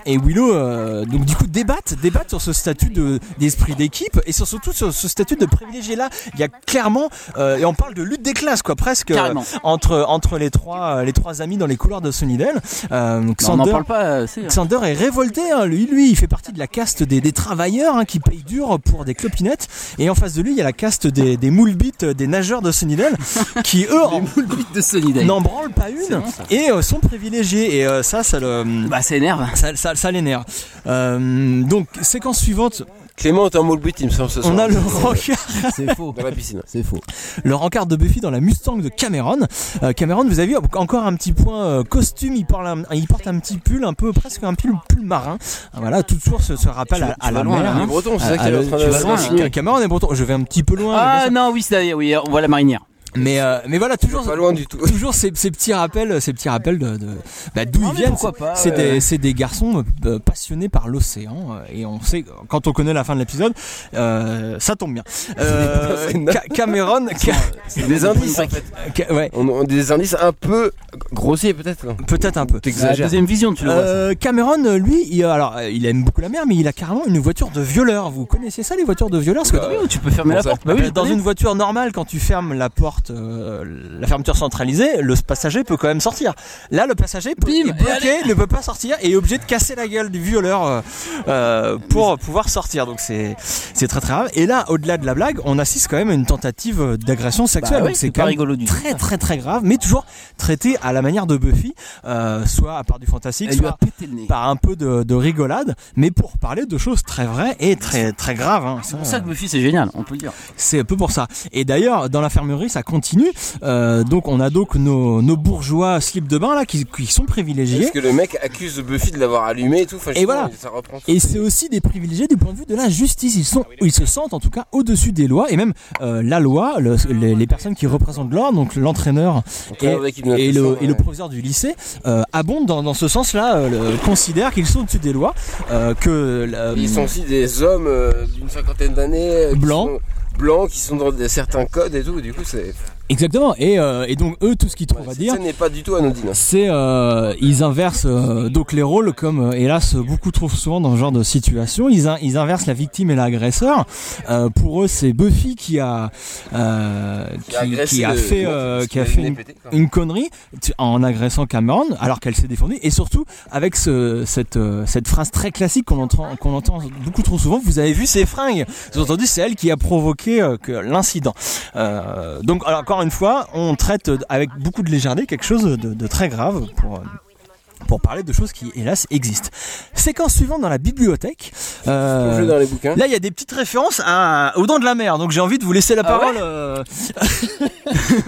A: et Willow, euh, donc du coup, débattent, débattent sur ce statut de- d'esprit d'équipe et sur, surtout sur ce statut de privilégié là. Il y a clairement, euh, et on parle de lutte des classes, quoi, presque, euh,
B: Carrément.
A: entre, entre les trois, euh, les trois amis dans les couloirs de Sunnydale. Euh, donc
B: Non, on n'en
A: Xander-
B: parle pas. euh, c'est-
A: Xander est révolté, hein. lui, lui, il fait partie de la caste des, des travailleurs hein, qui payent dur pour des clopinettes. Et en face de lui, il y a la caste des, des moules bites, euh, des nageurs de Sunnydale, qui eux en-
B: Moule bite de Solidaire.
A: n'en branlent pas une
B: bon, ça.
A: et euh, sont privilégiés. Et euh, ça, ça le,
B: Bah, ça énerve.
A: ça, ça, ça l'énerve. Euh, donc, séquence suivante,
C: Clément est en mot but, il me semble, ce soir.
A: on a le rencard,
K: C'est faux.
C: Dans la piscine.
K: C'est faux.
A: le rencard de Buffy dans la Mustang de Cameron. Euh, Cameron, vous avez vu encore un petit point euh, costume. Il porte, un, il porte un petit pull, un peu presque un pull, pull marin. Ah, Voilà, toute source se- se rappelle à, à
C: vas
A: la
C: loin, là,
A: mer.
C: hein. Les Bretons, c'est ça
A: Ah,
C: qu'il est
A: le-
C: en train
A: tu
C: de-
A: vas
C: de
A: loin,
C: signer.
A: hein. Cameron est breton. Je vais un petit peu loin. mais bien
B: Ah
A: sûr.
B: non, oui, c'est d'ailleurs, oui, on voit la marinière.
A: Mais, euh, mais voilà, toujours,
C: Pas loin du tout.
A: toujours ces, ces petits rappels, ces petits rappels de, de- bah, d'où
B: Non,
A: ils
B: mais
A: viennent.
B: pourquoi pas,
A: c'est,
B: ouais.
A: des, c'est des garçons euh, passionnés par l'océan. euh, Et on sait, quand on connaît la fin de l'épisode, euh, ça tombe bien. Euh, Ca- Cameron, Ca-
C: C'est des indices, en fait.
A: Ca- ouais,
C: On, on- des indices un peu grossiers, peut-être. hein.
A: peut-être un peu.
B: La
C: T'exagères.
B: deuxième vision, tu le vois. ça.
A: Euh, Cameron, euh, lui, il, euh, alors, euh, il aime beaucoup la mer, mais il a carrément une voiture de violeur. Vous connaissez ça, les voitures de violeur Parce que
B: Oui, ou tu peux fermer
C: Comment
B: la
C: ça
B: porte. Bah oui, je
A: dans
B: connais.
A: une voiture normale, quand tu fermes la porte, euh, la fermeture centralisée, le passager peut quand même sortir. Là, le passager peut-
B: Bim,
A: est bloqué, ne peut pas sortir et est obligé de casser la gueule du violeur euh, euh, pour pouvoir sortir. Donc c'est c'est très très grave. Et là, au-delà de la blague, on assiste quand même à une tentative d'agression sexuelle.
B: Bah oui,
A: Donc
B: c'est pas
A: quand même
B: rigolo du tout.
A: Très très très grave, mais toujours traité à la manière de Buffy, euh, soit à part du fantastique,
B: Elle lui a
A: soit
B: pété le nez.
A: par un peu de, de rigolade, mais pour parler de choses très vraies et très très graves. hein. Ça,
B: C'est pour ça que Buffy, c'est génial, on peut le dire.
A: c'est un peu pour ça. Et d'ailleurs, dans l'infirmerie, ça continue. Euh, donc on a donc nos, nos bourgeois slip de bain là qui, qui sont privilégiés.
C: Parce que le mec accuse Buffy de l'avoir allumé et tout. Enfin, je
A: Et
C: sais
A: voilà.
C: pas, Ça reprend tout.
A: Et c'est aussi des privilégiés du point de vue de la justice. Ils sont, ils se sentent en tout cas au-dessus des lois et même euh, la loi, le- les, les personnes qui représentent l'ordre, donc l'entraîneur et,
C: L'entraîneur d'équipe de
A: et le,
C: natation,
A: et le
C: ouais.
A: proviseur du lycée euh, abondent dans, dans ce sens-là, euh, le- considèrent qu'ils sont au-dessus des lois, euh, que la-
C: Ils sont aussi des hommes euh, d'une cinquantaine d'années. euh, qui
A: Blancs.
C: sont- Blancs qui sont dans des- certains codes et tout. Du coup, c'est.
A: exactement. Et, euh, et donc eux, tout ce qu'ils trouvent à dire.
C: Ce n'est pas du tout hein. anodine.
A: c'est euh, ils inversent euh, donc les rôles comme euh, hélas beaucoup trop souvent dans ce genre de situation ils, in- ils inversent la victime et l'agresseur Euh, pour eux c'est Buffy qui a euh,
C: Qui a agressé
A: qui a
C: le-
A: fait
C: l'autre,
A: euh,
C: parce
A: qui a
C: qu'il
A: fait
C: a
A: une,
C: le nez pété, quoi.
A: une connerie tu- en agressant Cameron alors qu'elle s'est défendue et surtout avec ce- cette euh, cette phrase très classique qu'on entend qu'on entend beaucoup trop souvent vous avez vu ses fringues vous avez entendu c'est elle qui a provoqué euh, que l'incident Euh, donc alors, encore une fois on traite euh, avec beaucoup de légèreté quelque chose de, de très grave pour euh, pour parler de choses qui, hélas, existent. Séquence suivante dans la bibliothèque. Euh,
C: Plongée dans les
B: Hein
C: bouquins.
A: Là, il y a des petites références à, aux dents de la mer, donc j'ai envie de vous laisser la
B: Ah
A: parole.
B: ouais
A: euh,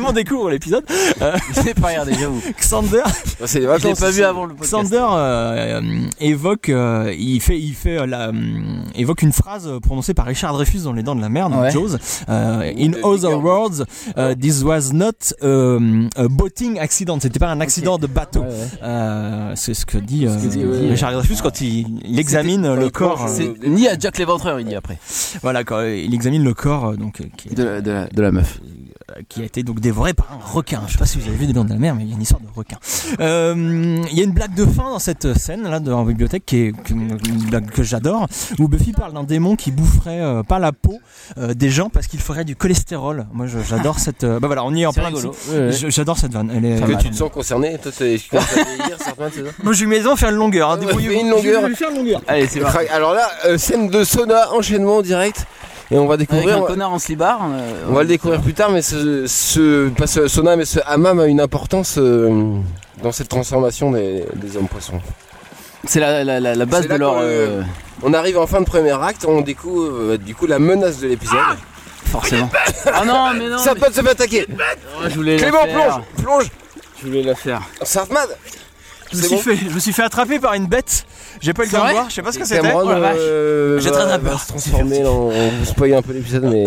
A: on découvre l'épisode. Euh,
B: C'est pas rien déjà vous.
A: Xander,
C: Bah, C'est les
B: Je l'ai
C: vacances.
B: pas
C: aussi.
B: vu avant le podcast.
A: Xander euh, euh, évoque, euh, il fait, il fait euh, la, hum, évoque une phrase prononcée par Richard Dreyfus dans Les Dents de la Mer, dans
B: Ouais.
A: Jaws. Euh, in
C: The
A: other
C: bigger-
A: words, euh, this was not um, a boating accident. C'était pas un accident de bateau. Euh, c'est ce que dit, euh,
B: dit, ouais, ouais.
A: Richard Dreyfus quand il, il examine le corps.
B: C'est
A: euh,
B: ni à Jack l'éventreur, il dit après.
A: voilà, quand il examine le corps euh, donc euh, qui,
B: De la, de la- de la meuf.
A: qui a été donc dévoré par un requin. Je sais pas si vous avez vu des dents de la mer, mais il y a une histoire de requin. Euh, Il y a une blague de fin dans cette scène là de, en bibliothèque qui est qui- une blague que j'adore, où Buffy parle d'un démon qui boufferait euh, pas la peau euh, des gens parce qu'il ferait du cholestérol. Moi, je- j'adore cette. euh, bah voilà, on y est en
B: C'est
A: plein.
B: rigolo.
A: dessus.
B: Ouais, ouais.
A: Je- J'adore cette vanne. Elle est-
C: Que tu te sens concerné. Toi, t'es- tu commences à vieillir, certains, c'est ça
A: Moi, je lui mets les dents faire une longueur. Hein,
C: Ouais,
A: débrouillez-vous.
C: fais une longueur.
A: Je vais lui faire une longueur.
B: Allez, c'est parti.
C: Crac. Alors là, euh, scène de sauna, enchaînement en direct. Et on va
B: Avec
C: découvrir.
B: un
C: on va-
B: connard en slibard. euh,
C: On va le découvrir plus tard, mais ce, ce- pas ce sauna, mais ce hammam a une importance euh, dans cette transformation des, des hommes poissons.
B: C'est la, la, la, la base
C: C'est
B: de
C: là
B: leur.
C: qu'on,
B: euh,
C: euh, On arrive en fin de premier acte, on découvre euh, du coup la menace de l'épisode.
B: Forcément. Ah non, mais non.
C: Ça
B: mais-
C: peut se fait attaquer.
B: Oh, je voulais
C: Clément
B: la faire.
C: plonge, plonge.
B: Je voulais la faire.
C: Sartman.
A: Je me,
C: C'est
A: suis
C: bon
A: fait, je me suis fait attraper par une bête. J'ai pas eu le
B: C'est
A: temps de
B: vrai
A: voir. Je sais pas ce que
C: Et
A: c'était.
C: Cameron,
A: Oh la vache.
C: euh,
A: J'ai
C: va-
A: très, très
C: va
A: peur.
C: se transformer. là, on on vous spoil un peu l'épisode, mais.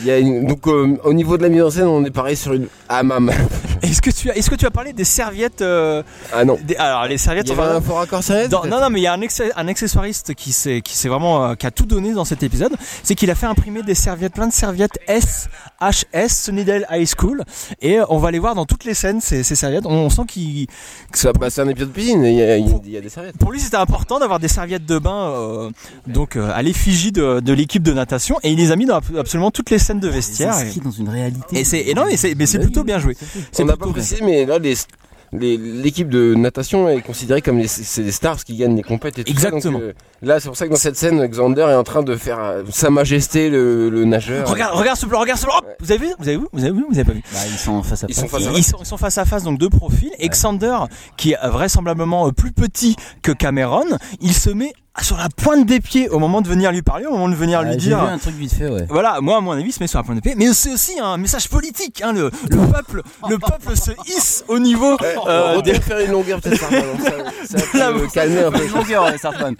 C: Il y a une- Donc euh, au niveau de la mise en scène, on est pareil sur une hammam.
A: Est-ce que tu as, est-ce que tu as parlé des serviettes euh,
C: Ah non.
A: des- Alors les serviettes.
C: Il y
A: on va-
C: avait un fort accord sérieux
A: Dans- non, non, mais il y a un, accé- un accessoiriste qui s'est, qui s'est vraiment, euh, qui a tout donné dans cet épisode. C'est qu'il a fait imprimer des serviettes, plein de serviettes S, HS, Sunnydale High School. Et euh, on va les voir dans toutes les scènes, ces, ces serviettes. On, on sent qu'il,
C: Ça passe un épisode de piscine, il y, a- il y a des serviettes.
A: pour lui, c'était important d'avoir des serviettes de bain, euh, donc, euh, à l'effigie de, de l'équipe de natation. Et il les a mis dans ab- absolument toutes les scènes de vestiaire.
B: C'est
A: Et,
B: dans une réalité. Bah
A: et c'est, et non, mais c'est, mais c'est plutôt bien joué. C'est
C: On n'a pas
A: plutôt-
C: précisé, mais là, les- les- l'équipe de natation est considérée comme les, c'est les stars qui gagnent les compètes et tout ça, donc,
A: Exactement.
C: euh, là, c'est pour ça que dans cette scène, Xander est en train de faire euh, Sa Majesté le, le nageur.
A: Regarde, regarde ce plan, regarde ce plan. Hop, Vous avez vu Vous avez vu Vous avez vu Vous avez pas vu
B: Bah, ils sont face à
C: Ils
B: face.
C: sont face à
A: Ils sont, ils sont face à face, donc deux profils. Et Xander, qui est vraisemblablement euh, plus petit que Cameron, il se met sur la pointe des pieds au moment de venir lui parler, au moment de venir
B: Ah,
A: lui
B: J'ai vu
A: dire.
B: un truc vite fait, ouais.
A: Voilà, moi à mon avis, il se met sur la pointe des pieds. Mais c'est aussi un message politique. Hein, le, le peuple, le peuple se hisse au niveau euh,
C: on
A: des-
C: va faire une longueur peut-être. Armand, donc ça, ça
A: La-
C: va te calmer un peu.
B: Une longueur, ouais, Sartman.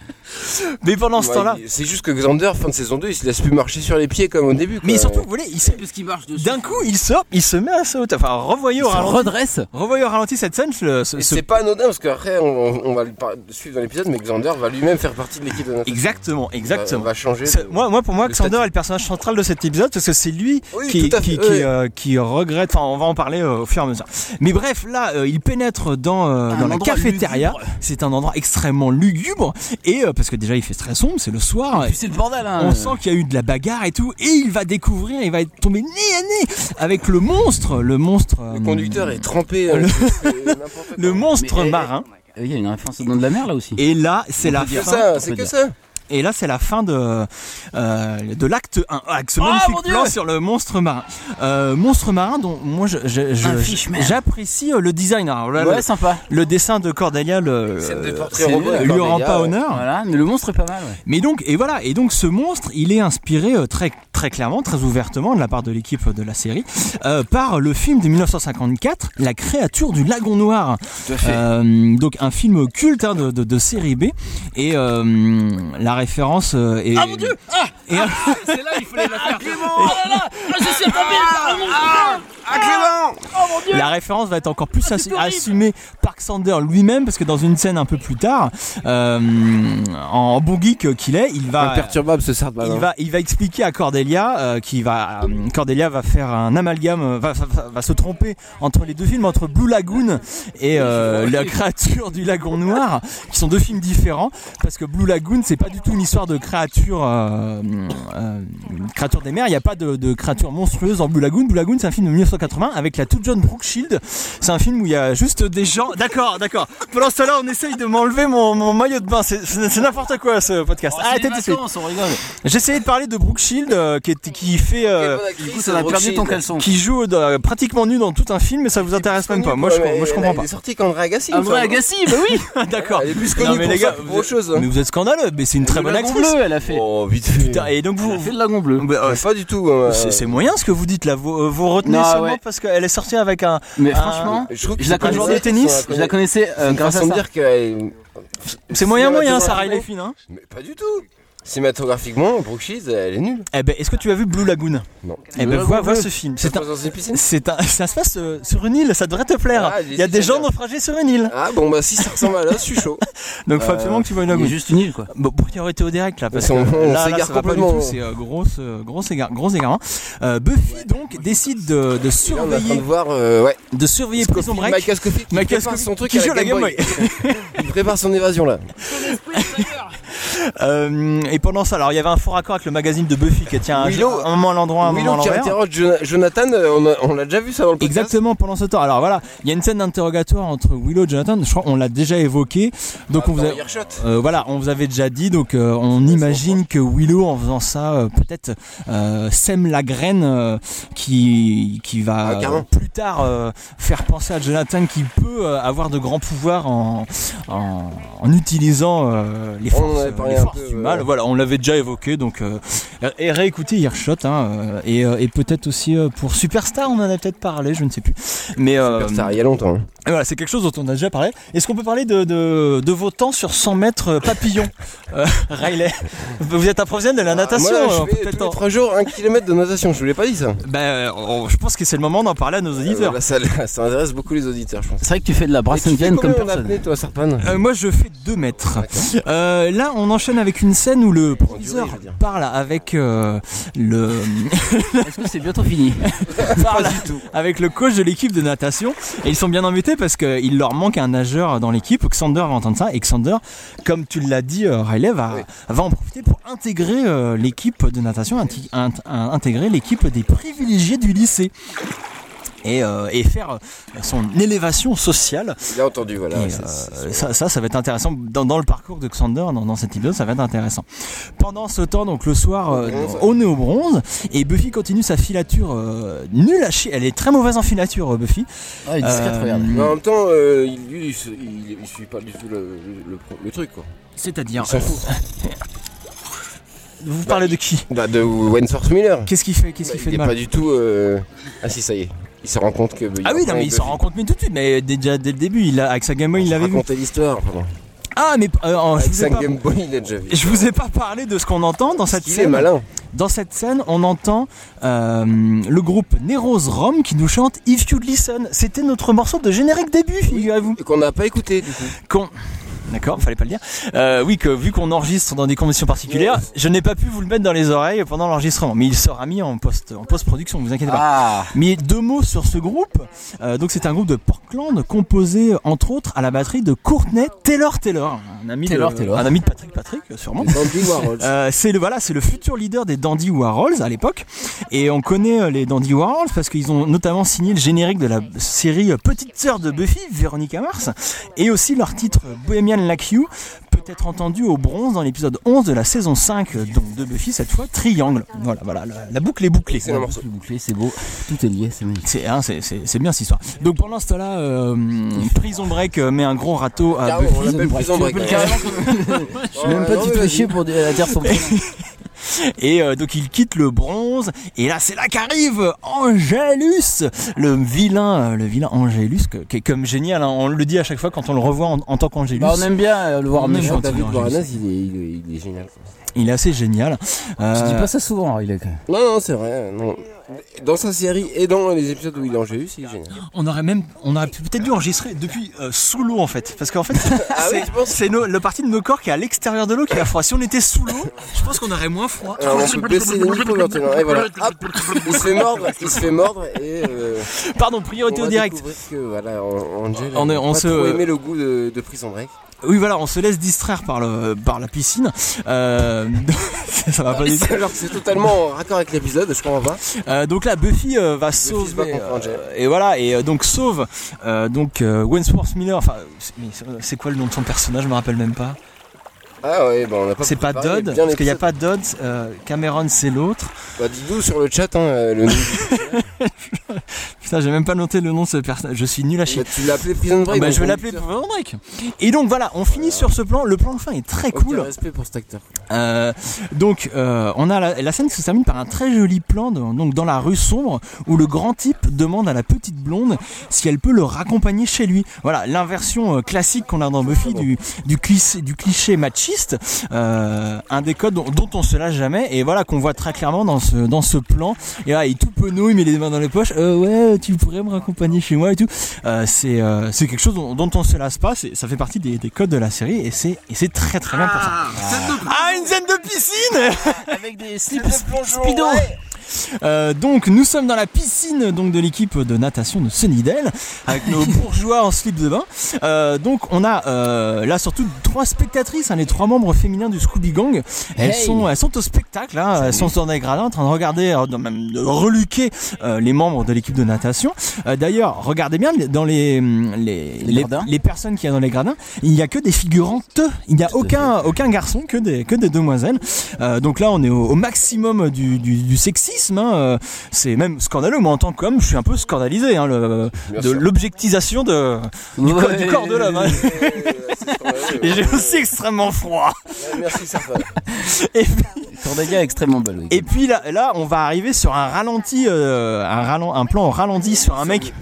A: Mais pendant ce
C: Ouais,
A: temps-là,
C: il- C'est juste que Xander, fin de saison 2, il se laisse plus marcher sur les pieds comme au début.
A: mais
C: quoi.
A: surtout, vous voyez, il se-
B: Parce qu'il marche dessus.
A: d'un coup, il sort, il se met à sauter. Enfin, revoyez
B: Il se
A: au ralenti,
B: redresse.
A: revoyez au ralenti cette scène. le- ce-
C: Et
A: ce
C: c'est pas anodin parce qu'après, on, on va le par- suivre dans l'épisode, mais Xander va lui-même faire partie de l'équipe de natation.
A: Exactement, exactement.
C: On va changer.
A: C'est-
C: de-
A: Moi, moi, pour moi,
C: le
A: Xander
C: statut.
A: est le personnage central de cet épisode parce que c'est lui
C: Oui,
A: qui,
C: tout à fait,
A: qui, qui,
C: oui.
A: euh, qui regrette. Enfin, on va en parler euh, au fur et à mesure. Mais bref, là, euh, il pénètre dans, euh,
B: Un
A: dans la
B: endroit
A: cafétéria.
B: lugubre.
A: C'est un endroit extrêmement lugubre et euh, parce que déjà, il fait très sombre, c'est le
C: Ah,
A: soir.
B: Puis c'est le bordel, hein.
A: On sent qu'il y a eu de la bagarre et tout, et il va découvrir, il va être tombé nez à nez avec le monstre, le monstre, euh,
C: Le conducteur est trempé. euh, c'est n'importe quoi.
A: le monstre
B: Mais-
A: marin.
B: Euh, Il y a une référence au nom de la mer là aussi.
A: Et là, c'est la
C: C'est que
A: fin.
C: ça, c'est que ça.
A: Et là, c'est la fin de, euh, de l'acte 1. Avec ce magnifique
B: Ah, mon Dieu
A: plan sur le monstre marin. Euh, monstre marin dont moi, je- je- je-
B: Un fishman.
A: j'apprécie euh, le design. Alors, là,
B: Ouais,
A: le-
B: sympa.
A: Le dessin de Cordelia le, euh,
B: Scène de portrait
A: c'est-
B: robot, la
A: lui rend
B: Cordelia,
A: pas
B: ouais.
A: honneur.
B: Voilà, mais le monstre est pas mal, ouais.
A: Mais donc, et voilà, et donc ce monstre, il est inspiré euh, très, très clairement, très ouvertement de la part de l'équipe de la série, euh, par le film de 1954, La créature du lagon noir.
B: Tout à fait.
A: Euh, donc un film culte hein, de, de- de série B, et euh, la référence euh, est...
B: Ah mon dieu Ah
A: Et-
B: C'est là il fallait la faire. Oh là là Ah, Je suis tombé Ah mon dieu Oh mon dieu Ah,
A: La référence va être encore plus assu- assumée par Xander lui-même parce que dans une scène un peu plus tard, euh, en bon geek qu'il est, il va
C: Imperturbable ce Ah, Sardin.
K: Bah
A: il va, il va expliquer à Cordelia euh, qui va euh, Cordelia va faire un amalgame, euh, va, va- va se tromper entre les deux films, entre Blue Lagoon et euh, la créature du lagon noir, qui sont deux films différents parce que Blue Lagoon c'est pas du tout une histoire de créature euh, euh, créature des mers, il n'y a pas de, de créature monstrueuse dans Blue Lagoon. Blue Lagoon c'est un film de 1980 avec la toute jeune Brooke Shield. C'est un film où il y a juste des gens. D'accord, d'accord. Pendant ce temps-là on essaye de m'enlever mon, mon maillot de bain. C'est c'est- c'est n'importe quoi ce podcast.
B: Ah, t'es
A: Arrêtez tout de suite.
B: on rigole.
A: J'essayais de parler de Brooke Shield euh, qui, est- qui fait. euh,
B: Du coup, ça a perdu ton caleçon.
A: qui joue euh, pratiquement nu dans tout un film, mais ça vous intéresse même pas. Moi, je, moi, je comprends pas.
C: Il est sorti qu'André Agassi.
B: Un vrai Agassi, bah oui
A: D'accord.
C: Elle est plus connue pour ça que pour
A: vous,
C: autre chose.
A: mais vous êtes scandaleux. Mais c'est une très bonne
B: lagon
A: actrice.
B: bleu, elle a fait.
C: Oh vite fait.
A: Putain, Et donc vous,
B: Elle a fait le lagon bleu.
A: Bah, euh,
C: Pas du tout. euh,
A: c'est c'est moyen ce que vous dites là. Vous, euh, vous retenez
B: Non,
A: seulement
B: ouais.
A: parce qu'elle est sortie avec un.
B: Mais
A: un-
K: Ah,
B: franchement,
C: je trouve que
B: je la
C: c'est pas
A: un
B: connaissais.
A: joueur de
C: exact,
A: tennis.
C: on
B: Je la connaissais euh, grâce à
C: façon
B: ça.
C: de dire que.
A: c'est moyen moyen, Sarah
C: Cinématographiquement-
A: Elefine. Hein.
C: Mais pas du tout. Cinématographiquement, Brooke Shields, elle est nulle.
A: Eh ben, est-ce que tu as vu Blue Lagoon
C: Non.
A: Eh ben,
B: Blue
A: vois,
B: Lagoon
A: vois
B: bleu.
A: ce film.
C: Ça se
A: C'est un.
C: passe dans une piscine
A: C'est un, ça se passe euh, sur une île, ça devrait te plaire.
C: Ah,
A: Il y a
C: j'ai-
A: des
C: j'ai-
A: gens naufragés sur une île.
C: Ah bon, bah si ça ressemble à là, je suis chaud.
A: Donc faut
C: Euh,
A: absolument que tu vois une
B: Il
A: lagoon.
B: est juste une île quoi.
A: Bon, priorité au direct là, parce que
C: On- on
A: là, là,
C: s'égare
A: ça va pas du
C: complètement. hein.
A: tout, c'est euh, grosse, euh, grosse égare- gros égarement. Euh, Buffy donc décide de, de
C: Et là, on est en train de
A: surveiller,
C: voir. euh, ouais.
A: de surveiller Prison
C: Scofield,
A: Break.
C: Michael Scofield qui
A: Michael
C: prépare
A: Scofield
C: son truc
A: qui
C: à
A: joue à la Game
C: il prépare son évasion là.
A: Euh, et pendant ça, alors il y avait un fort accord avec le magazine de Buffy qui tient un,
C: Willow-
A: un moment à l'endroit, Ah, un moment à
C: Willow qui
A: l'envers.
C: interroge Jona- Jonathan, euh, on, a- on l'a déjà vu ça dans le podcast.
A: Exactement pendant ce temps. Alors voilà, il y a une scène d'interrogatoire entre Willow et Jonathan. Je crois qu'on l'a déjà évoqué. Donc on vous a-
C: Dans Earshot.
A: Euh, voilà, on vous avait déjà dit, donc euh, on imagine que Willow, en faisant ça, euh, peut-être euh, sème la graine euh, qui, qui va
C: Ah, carrément.
A: euh, plus tard euh, faire penser à Jonathan qui peut euh, avoir de grands pouvoirs en, en, en utilisant euh, les
C: On en
A: forces,
C: avait parlé
A: les
C: un
A: forces
C: peu, euh,
A: du
C: ouais.
A: mal. Voilà, on l'avait déjà évoqué, donc euh, et réécouter Earshot, hein, euh, et, euh, et peut-être aussi euh, pour Superstar, on en a peut-être parlé, je ne sais plus. Mais euh,
C: Superstar, il y a longtemps. hein.
A: et Voilà, c'est quelque chose dont on a déjà parlé. Est-ce qu'on peut parler de, de, de vos temps sur 100 mètres euh, papillon euh, Riley, vous êtes un professionnel de la natation.
C: Ah, Moi,
A: euh, on peut
C: je fais
A: peut-être
C: tous les
A: en-
C: 3 jours 1 km de natation, je vous l'ai pas dit ça.
A: Ben, euh, on- je pense que c'est le moment d'en parler à nos
C: Euh,
A: auditeurs.
C: voilà, ça, ça intéresse beaucoup les auditeurs, je pense.
B: C'est vrai que tu fais de la
A: Ah,
B: brasse
C: Et tu fais
B: indienne comme
C: combien en
B: personne.
C: apnée, toi, Sarpan
A: Euh, moi, je fais 2 mètres. Euh, là, on enchaîne avec une scène où le proviseur
C: je veux dire.
A: parle avec euh, le
B: Est-ce que c'est bientôt fini
A: parle avec le coach de l'équipe de natation et ils sont bien embêtés parce qu'il leur manque un nageur dans l'équipe. Xander va entendre ça et Xander, comme tu l'as dit, euh, Riley va, va en profiter pour intégrer euh, l'équipe de natation, inti- int- un- intégrer l'équipe des privilégiés du lycée. Et, euh, et faire euh, son élévation sociale.
C: Il a entendu, voilà.
A: Et,
C: c'est-
A: euh,
C: c'est-
A: ça, ça, ça va être intéressant. Dans, dans le parcours de Xander, dans, dans cet épisode, ça va être intéressant. Pendant ce temps, donc le soir, euh,
C: bronze.
A: on est au bronze et Buffy continue sa filature euh, nulle à chier. Elle est très mauvaise en filature, euh, Buffy.
B: Ah, il est discret,
A: Euh,
B: regarde.
C: Mais en même temps, euh, il- lui, il, se- il, il suit pas du tout le, le- le pro- le truc, quoi.
A: C'est-à-dire.
C: Il s'en fout.
A: Vous parlez de qui
C: Bah, de Wentworth Miller.
A: Qu'est-ce qu'il fait Qu'est-ce qu'il
C: Bah,
A: fait de
C: il est
A: mal
C: pas du tout. euh, Ah, si, ça y est. Il se rend compte que.
A: Ah oui, non, mais il s'en rend compte mais tout de suite. Mais déjà dès le début, il a, avec sa Game Boy, il l'avait vu.
C: raconté l'histoire, pardon.
A: Ah, mais euh, en- je,
C: Avec
A: vous ai
C: 5
A: pas,
C: Game Boy, il l'a déjà vu.
A: je vous ai pas parlé de ce qu'on entend dans cette
C: Il est
A: scène.
C: malin.
A: Dans cette scène, on entend euh, le groupe Nero's Rome qui nous chante If You'd Listen. C'était notre morceau de générique début, figurez-vous.
C: Et qu'on n'a pas écouté, du coup.
A: Qu'on- D'accord, fallait pas le dire. Euh, oui, que vu qu'on enregistre dans des conditions particulières, je n'ai pas pu vous le mettre dans les oreilles pendant l'enregistrement, mais il sera mis en post en post-production, vous inquiétez pas.
B: Ah
A: Mais deux mots sur ce groupe. Euh, donc c'est un groupe de Portland composé euh, entre autres à la batterie de Courtney Taylor Taylor, un ami
B: Taylor
A: de
B: Taylor.
A: un ami de Patrick Patrick euh, sûrement.
C: Andy Warhol.
A: Euh, c'est le voilà, c'est le futur leader des Dandy Warhols à l'époque, et on connaît euh, les Dandy Warhols parce qu'ils ont notamment signé le générique de la série euh, Petite sœur de Buffy, Veronica Mars, et aussi leur titre euh, Bohemian Like You. Peut-être être entendu au bronze dans l'épisode 11 de la saison 5, donc de Buffy cette fois, Triangle. Voilà, voilà, la, la boucle est bouclée.
C: C'est
A: La
C: un
A: boucle
C: morceau.
A: est bouclée, c'est beau.
K: Tout est lié, c'est magnifique.
A: C'est hein, c'est- c'est- c'est bien cette histoire. Donc pendant ce temps-là, euh, Prison Break euh, met un gros râteau à
C: Carrément, on
A: Buffy.
C: l'appelle Prison Break.
A: Tu l'appelles carrément
C: Ouais. Je sais même pas, tu te fais chier pour
K: dire- à dire son prénom.
A: Et euh, donc il quitte le bronze et là c'est là qu'arrive Angelus, le vilain, euh, le vilain Angelus que- qui est comme génial. hein. on le dit à chaque fois quand on le revoit en, en tant qu'Angelus.
K: Bah, on aime bien euh, le voir
A: On hein, aime
K: méchant.
A: bien David
K: Angelus.
A: Boreanaz,
C: il est, il est- il est génial. quoi.
A: Il est assez génial.
K: Tu dis
A: Euh,
K: pas ça souvent, hein, il est quand même.
C: Non, non, c'est vrai. Non. Dans sa série et dans les épisodes où il est Angélus, il est génial.
A: On aurait même, on aurait peut-être dû enregistrer depuis euh, sous l'eau en fait, parce qu'en fait,
C: Ah
A: c'est- c'est nos- le partie de nos corps qui est à l'extérieur de l'eau qui a froid. Si on était sous l'eau, je pense qu'on aurait moins froid.
C: Alors Ah, Euh, on peut baisser les niveaux maintenant. Et voilà, hop, il se fait mordre, il se fait mordre et. euh,
A: Pardon, priorité
C: on
A: au
C: va
A: direct.
C: découvrir Que, voilà, Angel,
A: On est- on
C: on
A: se-
C: se. Trop aimé le goût de, de Prison Break.
A: Oui, voilà, on se laisse distraire par le, par la piscine. Euh, ça va pas du tout.
C: Alors que c'est totalement en raccord avec l'épisode, je comprends pas.
A: Euh, donc là, Buffy euh, va sauver.
C: va contre
A: euh,
C: Angel.
A: et voilà, et euh, donc sauve euh, donc euh, Wentworth Miller. Enfin, c'est- mais c'est- c'est quoi le nom de son personnage Je me rappelle même pas.
C: Ah ouais, bah on a pas
A: C'est pas
C: préparé
A: Dodd,
C: bien
A: parce qu'il n'y a
C: l'épisode.
A: pas Dodd. euh, Cameron, c'est l'autre.
C: Bah dis-nous sur le chat, hein, euh, le nom du-
A: Putain, j'ai même pas noté le nom de ce personnage. Je suis nul à chier.
C: Bah, tu l'appelais Prison Break.
A: Ah bah,
C: donc
A: je vais
C: on-
A: l'appeler Prison Break. Et donc voilà, on finit sur ce plan. Le plan de fin est très
C: Aucun
A: cool.
C: respect pour cet acteur.
A: Euh, donc euh, on a la, la scène qui se termine par un très joli plan de- donc dans la rue sombre où le grand type demande à la petite blonde si elle peut le raccompagner chez lui. Voilà l'inversion euh, classique qu'on a dans Buffy du, du, cliché, du cliché machiste, euh, un des codes dont, dont on se lâche jamais et voilà qu'on voit très clairement dans ce, dans ce plan. Et là il est tout penaud, il met les mains dans les poches, Euh, ouais tu pourrais me raccompagner chez moi et tout. Euh, c'est euh, c'est quelque chose dont, dont on se lasse pas, C'est- ça fait partie des, des codes de la série et c'est et c'est très très bien pour ça. Ah, une scène de piscine
K: Avec des slips
A: Speedo. Euh, donc nous sommes dans la piscine donc de l'équipe de natation de Sunnydale avec nos bourgeois en slip de bain. Euh, donc on a euh, là surtout trois spectatrices, hein, les trois membres féminins du Scooby Gang. Elles
K: Hey.
A: sont elles sont au spectacle, hein, elles sont sur des gradins en train de regarder, euh, de- même de reluquer euh, les membres de l'équipe de natation. Euh, D'ailleurs regardez bien dans les les, les,
K: gradins.
A: les personnes qu'il y a dans les gradins, il n'y a que des figurantes, il n'y a aucun aucun garçon que des que des demoiselles. Euh, donc là on est au, au maximum du, du, du sexisme. hein, euh, c'est même scandaleux. Moi en tant qu'homme, je suis un peu scandalisé hein, le,
C: Bien
A: de
C: sûr.
A: l'objectisation de du,
K: Ouais.
A: corps- du corps de l'homme. hein. Et j'ai aussi extrêmement froid.
C: Merci, Sarfan.
A: Et puis,
K: Cordelia est extrêmement belle, oui.
A: et puis là, là, on va arriver sur un ralenti, euh, un, ralen- un plan au ralenti sur un mec,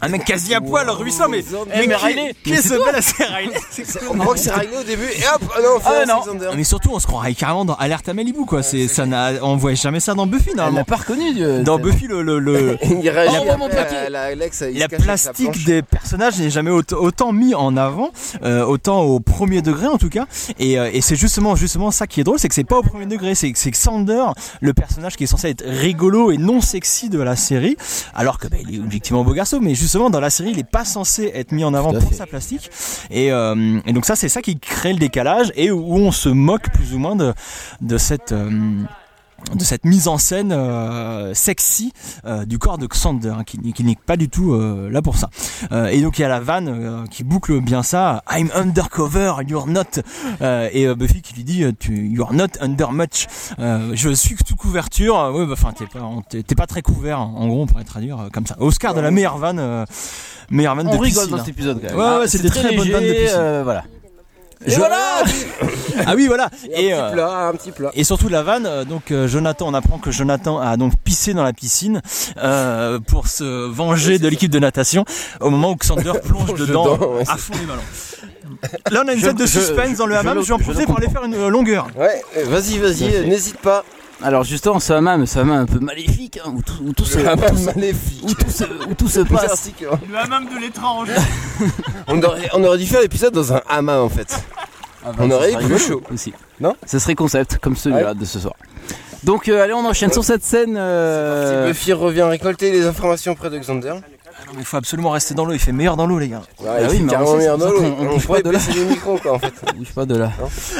A: un mec quasi à poil ruisselant. Mais, mais, qui-
K: mais Riley,
A: qui
K: mais
A: se
K: c'est toi.
A: bat là, c'est Riley C'est
C: On croit que c'est réglé au début et hop, ah non, on fait
K: Ah
C: un
K: non.
C: Alexander.
A: Mais surtout, on se croirait carrément dans Alerte à Malibu, quoi. C'est, ça n'a, on voit jamais ça dans Buffy,
K: Elle l'a
A: normalement.
K: pas euh, reconnu, Dieu.
A: Dans Buffy, le, le, le-
C: Il
A: Ah,
C: réagit
K: Envoie mon
C: après
K: paquet.
C: à la Alex, il se
A: la
C: cache avec sa
A: plastique
C: planche.
A: des personnages n'est jamais autant, autant mis en avant, euh, autant au premier degré en tout cas. Et, euh, et c'est justement, justement ça qui est drôle, c'est que c'est pas au premier degré, c'est que c'est que Sander, le personnage qui est censé être rigolo et non sexy de la série, alors que bah, il est objectivement beau garçon, mais justement dans la série il est pas censé être mis en avant
K: Tout à
A: pour
K: fait.
A: sa plastique. Et, euh, et donc ça c'est ça qui crée le décalage et où on se moque plus ou moins de, de cette euh, de cette mise en scène euh, sexy euh, du corps de Xander hein, qui, qui n'est pas du tout euh, là pour ça Euh, et donc il y a la vanne euh, qui boucle bien ça I'm undercover you're not Euh, et euh, Buffy qui lui dit euh, tu, you're not under much Euh, je suis sous couverture Euh, ouais bah, enfin t'es pas on- t'es t'es pas très couvert hein. en gros on pourrait traduire euh, comme ça Oscar de la meilleure vanne euh, meilleure vanne
K: On
A: de
K: rigole
A: piscine,
K: dans
A: hein.
K: cet épisode quand même.
A: Ouais,
K: Ah,
A: ouais, c'est des très bonnes
K: léger,
A: vannes de piscine.
K: euh, voilà.
C: Et voilà
A: ah oui voilà
C: Et
A: et
C: un
A: euh,
C: petit plat, un petit plat.
A: Et surtout la vanne, euh, donc euh, Jonathan, on apprend que Jonathan a donc pissé dans la piscine euh, pour se venger de l'équipe de natation au moment où Xander plonge
C: Plonge
A: dedans
C: dedans, ouais,
A: à
C: c'est-
A: fond les ballons. Là on a une
K: Je-
A: scène de
K: je-
A: suspense dans le
K: je
A: hammam,
K: le-
A: je vais en
K: je le
A: profiter pour aller faire une euh, longueur.
C: Ouais, euh, vas-y, vas-y, euh, n'hésite pas.
K: Alors justement, ce hammam, ce hammam un peu maléfique, hein, où tout, où tout se,
C: Ah,
K: où tout se-
C: maléfique.
K: où tout se- où tout se
C: C'est
K: passe.
C: ainsi que-
A: hein.
B: Le hammam de l'étrange.
C: On aurait, on aurait dû faire l'épisode dans un hama en fait.
K: Ah,
C: On aurait eu
K: Ça serait
C: plus
K: rigolo
C: chaud.
K: aussi.
C: Non
K: Ça serait concept comme celui-là de ce soir. Donc euh, allez, on enchaîne sur cette scène. euh,
C: Buffy revient récolter les informations auprès de Xander.
A: Ah non, mais faut absolument rester dans l'eau, il fait meilleur dans l'eau, les gars.
C: Ouais, il fait carrément meilleur dans l'eau. On
A: bouge
C: pourrait
A: pas de là.
C: baisser les micros, quoi, en fait.
A: On bouge pas de là.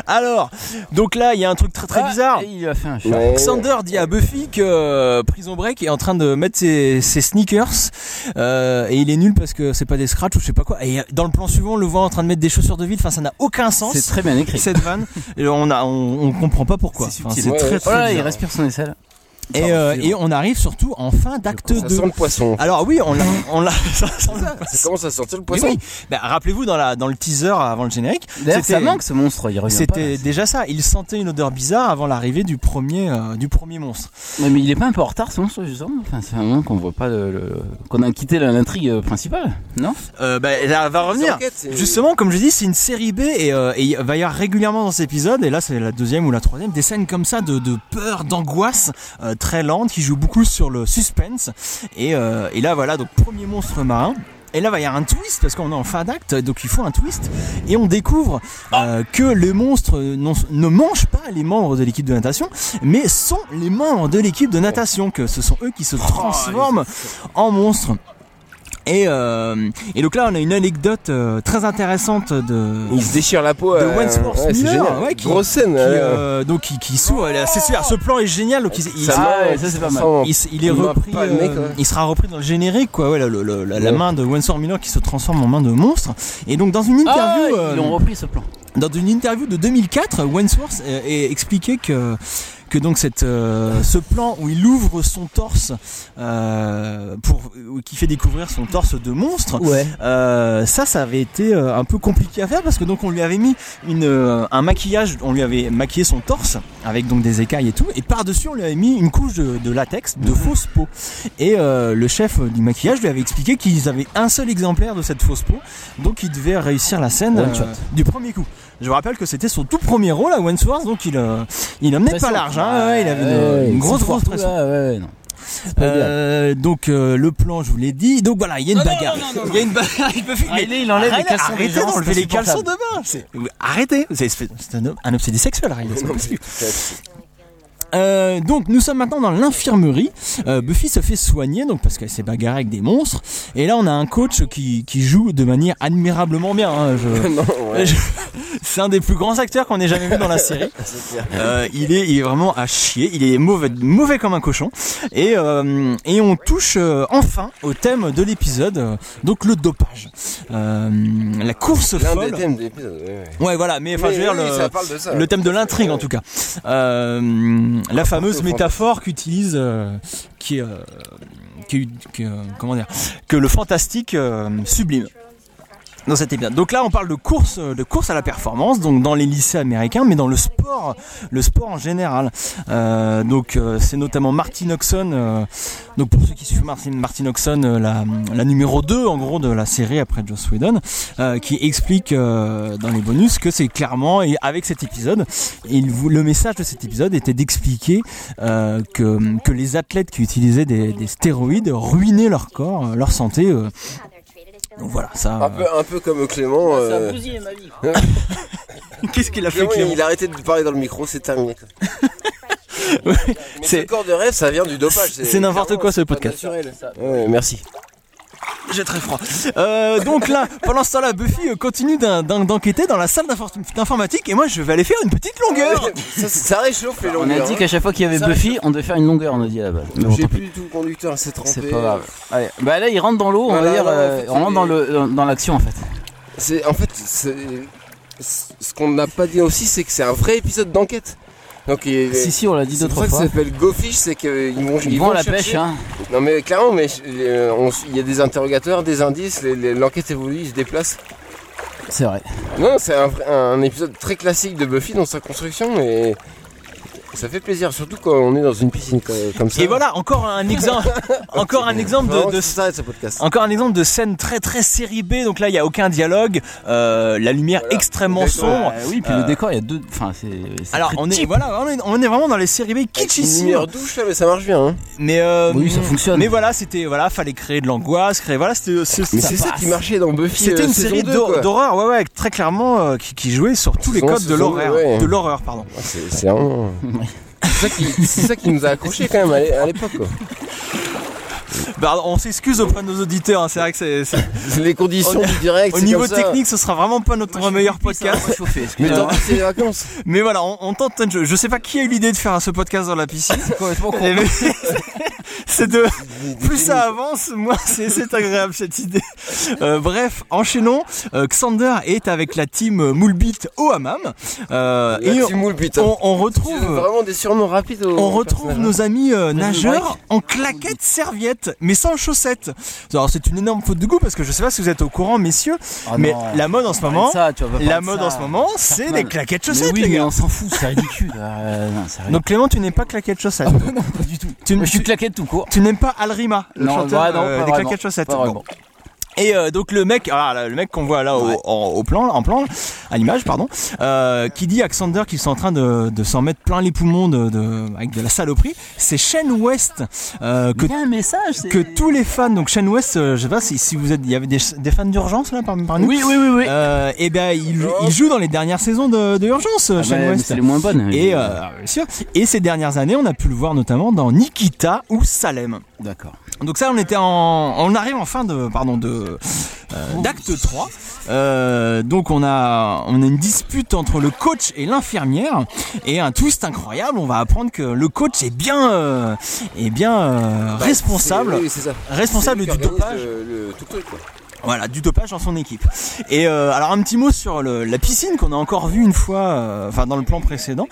A: Alors, donc là, il y a un truc très très
K: Ah,
A: bizarre. Il a fait un
C: Ouais.
A: Xander dit à Buffy que euh, Prison Break est en train de mettre ses, ses sneakers euh, et il est nul parce que c'est pas des scratchs ou je sais pas quoi. Et euh, dans le plan suivant, on le voit en train de mettre des chaussures de ville. Enfin, ça n'a aucun sens.
K: C'est très bien écrit.
A: Cette vanne, et on a, on, on comprend pas pourquoi. Enfin, C'est
K: Ouais,
A: très
K: ouais.
A: très.
K: Oh là là, il
A: bizarre.
K: respire son aisselle. hein.
A: Et, euh, et on arrive surtout en fin d'acte 2.
C: Ça sent le poisson.
A: Alors oui, on l'a, on l'a. Ah, ça sent-
C: Ça commence à sortir le
A: Mais
C: poisson.
A: oui. Bah, rappelez-vous dans la dans le teaser avant le générique.
K: D'ailleurs, ça
A: c'était-
K: manque ce monstre, il revient pas.
A: C'était déjà ça. Il sentait une odeur bizarre avant l'arrivée du premier euh, du premier monstre.
K: Ouais, mais il est pas un peu en retard ce monstre, justement Enfin, c'est un moment qu'on voit pas le. le- qu'on a quitté la- l'intrigue euh, principale, non
A: Euh, bah, elle va revenir.
C: enquêtes, c'est-
A: Justement, comme je dis, c'est une série B et, euh, et il va y avoir régulièrement dans cet épisode, et là c'est la deuxième ou la troisième, des scènes comme ça de, de peur, d'angoisse euh, très lente qui joue beaucoup sur le suspense. Et, euh, et là voilà, donc premier monstre marin. Et là, il va y avoir un twist parce qu'on est en fin d'acte, donc il faut un twist. Et on découvre euh, que le monstre non- ne mange pas les membres de l'équipe de natation, mais sont les membres de l'équipe de natation, que ce sont eux qui se transforment en monstres. Et, euh, et donc là, on a une anecdote euh, très intéressante de.
C: Il se déchire la peau.
A: de
C: euh,
A: Wadsworth
C: ouais, c'est
A: Miller,
C: génial.
A: ouais, qui-
C: Grosse scène.
A: qui,
C: ouais.
A: euh, donc qui, qui s'ouvre. là, c'est super, ce plan est génial. donc il, il-
C: Ça marche,
K: Ah, ouais, ça, c'est pas mal.
C: sent-
A: il, se- il est
C: marque
A: repris,
C: pas le mec,
A: euh,
C: ouais.
A: il sera repris dans le générique, quoi. Ouais, la, le- le- la- la
C: Ouais.
A: main de Wadsworth Miller qui se transforme en main de monstre. Et donc dans une interview,
K: Ah,
A: euh,
K: Ils l'ont repris ce plan.
A: dans une interview de 2004, Wentworth euh, est expliqué que que donc cette euh, ce plan où il ouvre son torse euh, pour euh, qui fait découvrir son torse de monstre.
K: Ouais.
A: Euh, ça, ça avait été euh, un peu compliqué à faire parce que donc on lui avait mis une, euh, un maquillage, on lui avait maquillé son torse avec donc des écailles et tout, et par-dessus on lui avait mis une couche de, de latex,
K: Mhm.
A: de fausse peau. Et euh, le chef du maquillage lui avait expliqué qu'ils avaient un seul exemplaire de cette fausse peau, donc il devait réussir la scène euh,
K: One shot.
A: du premier coup. Je vous rappelle que c'était son tout premier rôle à Wentworth, donc il, euh, il emmenait pas
K: Pression.
A: l'argent, il avait une,
K: Ah, Ouais,
A: une
K: ils
A: grosse
K: sont
A: grosse
K: partout,
A: pression.
K: là, ouais, ouais, non. C'est pas idéal.
A: Euh, donc euh, le plan, je vous l'ai dit. Donc voilà, il y a une bagarre. Il y a une bagarre. Il peut filmer.
K: Riley, il enlève les caleçons des
A: Arrêtez
K: gens,
A: d'enlever
K: c'est
A: les caleçons de
K: insupportable.
A: bain. c'est- Arrêtez. C'est c'est un, ob- un obsédé sexuel, Riley. c'est pas possible. Euh, donc nous sommes maintenant dans l'infirmerie. Euh, Buffy se fait soigner donc parce qu'elle s'est bagarrée avec des monstres. Et là on a un coach qui, qui joue de manière admirablement bien. hein, je-
C: Non, ouais.
A: je- C'est un des plus grands acteurs qu'on ait jamais vu dans la série. Euh, il, est, il est vraiment à chier, il est mauvais, mauvais comme un cochon. Et, euh, et on touche euh, enfin au thème de l'épisode, euh, donc le dopage. Euh, la course
C: L'un des
A: folle.
C: thèmes de l'épisode. ouais, ouais.
A: Ouais, voilà, mais enfin,
C: Oui,
A: je veux dire,
C: oui,
A: le,
C: ça parle de ça. Ah,
A: le thème de l'intrigue en tout cas. Euh, la fameuse métaphore qu'utilise, euh, qui est, euh, qui est- qui est, euh, comment dire, que le fantastique euh, sublime. Dans cet épisode. Donc là, on parle de course, euh, de course à la performance, donc dans les lycées américains, mais dans le sport, le sport en général. Euh, donc euh, c'est notamment Martin Oxon. euh, donc pour ceux qui suivent Martin, Martin Oxon, euh, la, la numéro 2 en gros de la série après Joss Whedon, euh, qui explique euh, dans les bonus que c'est clairement et avec cet épisode, il vou- le message de cet épisode était d'expliquer euh, que, que les athlètes qui utilisaient des, des stéroïdes ruinaient leur corps, euh, leur santé. euh. donc voilà, ça.
C: Un peu, un peu comme Clément. euh,
A: Qu'est-ce qu'il a
C: Clément, il a arrêté de parler dans le micro, c'est terminé. quoi. Mais ce
A: C'est-
C: corps de rêve, ça vient du dopage.
A: c'est n'importe
C: clairement,
A: quoi, ce
C: c'est pas
A: podcast.
C: naturel, ça. Ouais, merci.
A: J'ai très froid. Euh, donc là, pendant ce temps-là, Buffy euh, continue d'en- d'en- d'enquêter dans la salle d'infor- d'informatique et moi je vais aller faire une petite longueur.
C: ça, ça réchauffe les
K: On a
C: longueurs.
K: dit qu'à chaque fois qu'il y avait
C: Ça,
K: Buffy, on devait faire une longueur, on a dit à la base. Mais bon,
C: J'ai
K: tant pis.
C: plus du tout le conducteur, c'est trompé.
K: C'est pas grave. Allez, Bah là, il rentre dans l'eau, on va
C: Voilà,
K: dire.
C: non, en
K: euh,
C: fait,
K: on rentre dans le- dans dans l'action en fait.
C: C'est en fait c'est ce qu'on n'a pas dit aussi, c'est que c'est un vrai épisode d'enquête. Donc il-
K: Si, si, on l'a dit
C: c'est
K: deux,
C: pour
K: trois
C: ça que ça
K: fois.
C: s'appelle Go Fish, c'est qu'ils vont
K: Ils vont à la
C: chercher-
K: pêche, hein.
C: Non mais clairement, mais euh, on- il y a des interrogateurs, des indices, les- les- l'enquête évolue, ils se déplacent.
K: C'est vrai.
C: Non, c'est un, vrai- un épisode très classique de Buffy dans sa construction, mais ça fait plaisir, surtout quand on est dans une piscine quoi, comme ça.
A: Et voilà, encore un exemple, encore un exemple
C: Vraiment,
A: de, de
C: ça s'arrête, ce podcast.
A: Encore un exemple de scène très très série B, donc là il n'y a aucun dialogue, euh, la lumière extrêmement sombre.
K: Ah oui, puis
A: Euh,
K: le décor, il y a deux. Enfin, c'est. c'est
A: Alors
K: très
A: on est,
K: cheap.
A: voilà, on, est, on est vraiment dans les séries B
C: Une lumière
A: kitschissures.
C: douche là, mais ça marche bien. hein.
A: Mais, euh,
K: Oui, ça fonctionne.
A: mais voilà, c'était voilà, fallait créer de l'angoisse, créer voilà, c'était c'est-
C: Mais
A: ça
C: c'est ça
A: passe.
C: qui marchait dans Buffy.
A: C'était
C: euh,
A: une
C: saison
A: série
C: 2,
A: d'hor-
C: quoi.
A: d'horreur, ouais, ouais, avec- très clairement euh, qui, qui jouait sur tous les
C: Saison-
A: codes de
C: saison,
A: l'horreur,
C: ouais.
A: de l'horreur pardon.
C: C'est c'est vraiment- c'est ça, qui- c'est ça qui nous a accrochés quand même à l'é- à l'époque. quoi.
A: Pardon, Bah, on s'excuse auprès de nos auditeurs, hein, c'est vrai que c'est. c'est-
C: Les conditions
A: Au-
C: du direct,
A: Au
C: Ah, c'est
A: niveau
C: comme ça.
A: technique, euh, ce sera vraiment pas notre meilleur podcast.
C: Mais tant pis, c'est les vacances.
A: Mais voilà, on, on tente un jeu. Je sais pas qui a eu l'idée de faire ce podcast dans la piscine. C'est complètement con. c'est de. Plus ça avance, moi, c'est c'est agréable cette idée. Euh, bref, enchaînons. Euh, Xander est avec la team Moulbit au hammam. Euh,
C: La
A: on-
C: team Moulbit, hein.
A: On, on
C: C'est
A: retrouve.
C: vraiment des surnoms rapides aux
A: On retrouve
C: personnages.
A: nos amis euh,
C: Prison
A: nageurs
C: Break.
A: en claquettes serviettes, mais sans chaussettes. Alors c'est une énorme faute de goût parce que je sais pas si vous êtes au courant, messieurs,
K: Oh
A: mais
K: non.
A: la mode en
K: Tu
A: ce
K: vas
A: moment,
K: parler de ça, tu vas pas parler
A: la
K: de
A: mode
K: ça.
A: en ce moment, c'est
K: Cartman.
A: les claquettes
K: Mais
A: chaussettes,
K: oui,
A: les
K: mais
A: gars.
K: on s'en fout, c'est ridicule. Euh, non, c'est
A: Donc Clément, tu n'aimes pas claquettes chaussettes Non, pas du tout. Tu, je suis claquette tout court. Tu n'aimes pas Alrima, le
K: Non,
A: chanteur
K: bah
A: euh,
K: non, pas
A: des
K: vraiment,
A: claquettes chaussettes.
K: pas
A: Bon.
K: vraiment.
A: Et euh, donc le mec, ah, là, le mec qu'on voit là au, en, au plan, en plan, à l'image, pardon, euh, qui dit à Xander qu'ils sont en train de, de s'en mettre plein les poumons de, de- avec de la saloperie, c'est Shane West euh, que,
K: message,
A: que tous les fans, donc Shane West, euh, je sais pas si, si vous êtes, il y avait des, des fans d'urgence là parmi parmi nous.
K: Oui, oui, oui, oui.
A: Euh, et ben il, il joue dans les dernières saisons de, de Urgence,
K: bah,
A: Shane
K: mais
A: West.
K: c'est les moins bonnes.
A: Et euh, bien sûr. Et ces dernières années, on a pu le voir notamment dans Nikita ou Salem.
K: D'accord.
A: Donc ça, on était en, on arrive en fin de, pardon, de euh, d'acte 3. Euh, donc on a, on a une dispute entre le coach et l'infirmière et un twist incroyable. On va apprendre que le coach est bien, euh, est bien euh,
C: Bah,
A: responsable,
C: c'est- oui, c'est ça.
A: responsable
C: C'est lui
A: du
C: qui organise
A: dopage.
C: Le, le- tout le truc, quoi.
A: Voilà, du dopage dans son équipe. Et euh, alors un petit mot sur le- la piscine qu'on a encore vue une fois, euh, enfin dans le plan précédent.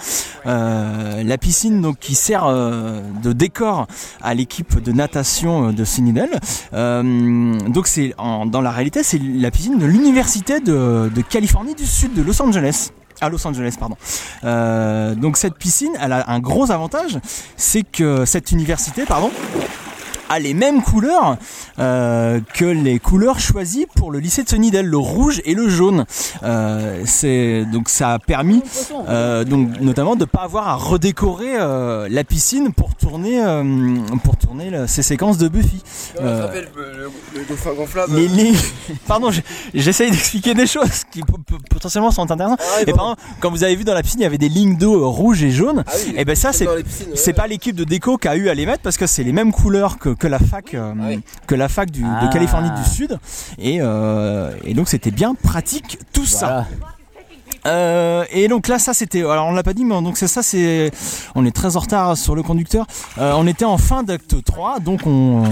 A: Euh, la piscine donc qui sert euh, de décor à l'équipe de natation euh, de Sunnydale. Euh, donc c'est en- dans la réalité c'est la piscine de l'université de, de Californie du Sud de Los Angeles. À Los Angeles, pardon. Euh, donc cette piscine, elle a un gros avantage, c'est que cette université, pardon, a les mêmes couleurs euh, que les couleurs choisies pour le lycée de Sunnydale, le rouge et le jaune. Euh, c'est donc ça a permis euh, donc notamment de pas avoir à redécorer euh, la piscine pour tourner euh, pour tourner le- ces séquences de Buffy.
C: Non, ça
A: Euh,
C: s'appelle le, le- le dauphin gonflable.
A: les, les- Pardon, je- j'essaye d'expliquer des choses qui po- po- potentiellement sont intéressantes.
C: Ah
A: et par exemple, quand vous avez vu dans la piscine, il y avait des lignes d'eau euh, rouges et
C: Ah
A: jaunes. et ben ça, c'est c'est pas l'équipe de déco qui a eu à les mettre parce que c'est les mêmes couleurs que, que la fac euh, que la fac du-
K: Ah.
A: de Californie du Sud. Et, euh, et donc c'était bien pratique tout ça. Euh, et donc là, ça c'était. Alors on l'a pas dit, mais donc c'est ça, c'est. On est très en retard sur le conducteur. Euh, on était en fin d'acte 3, donc on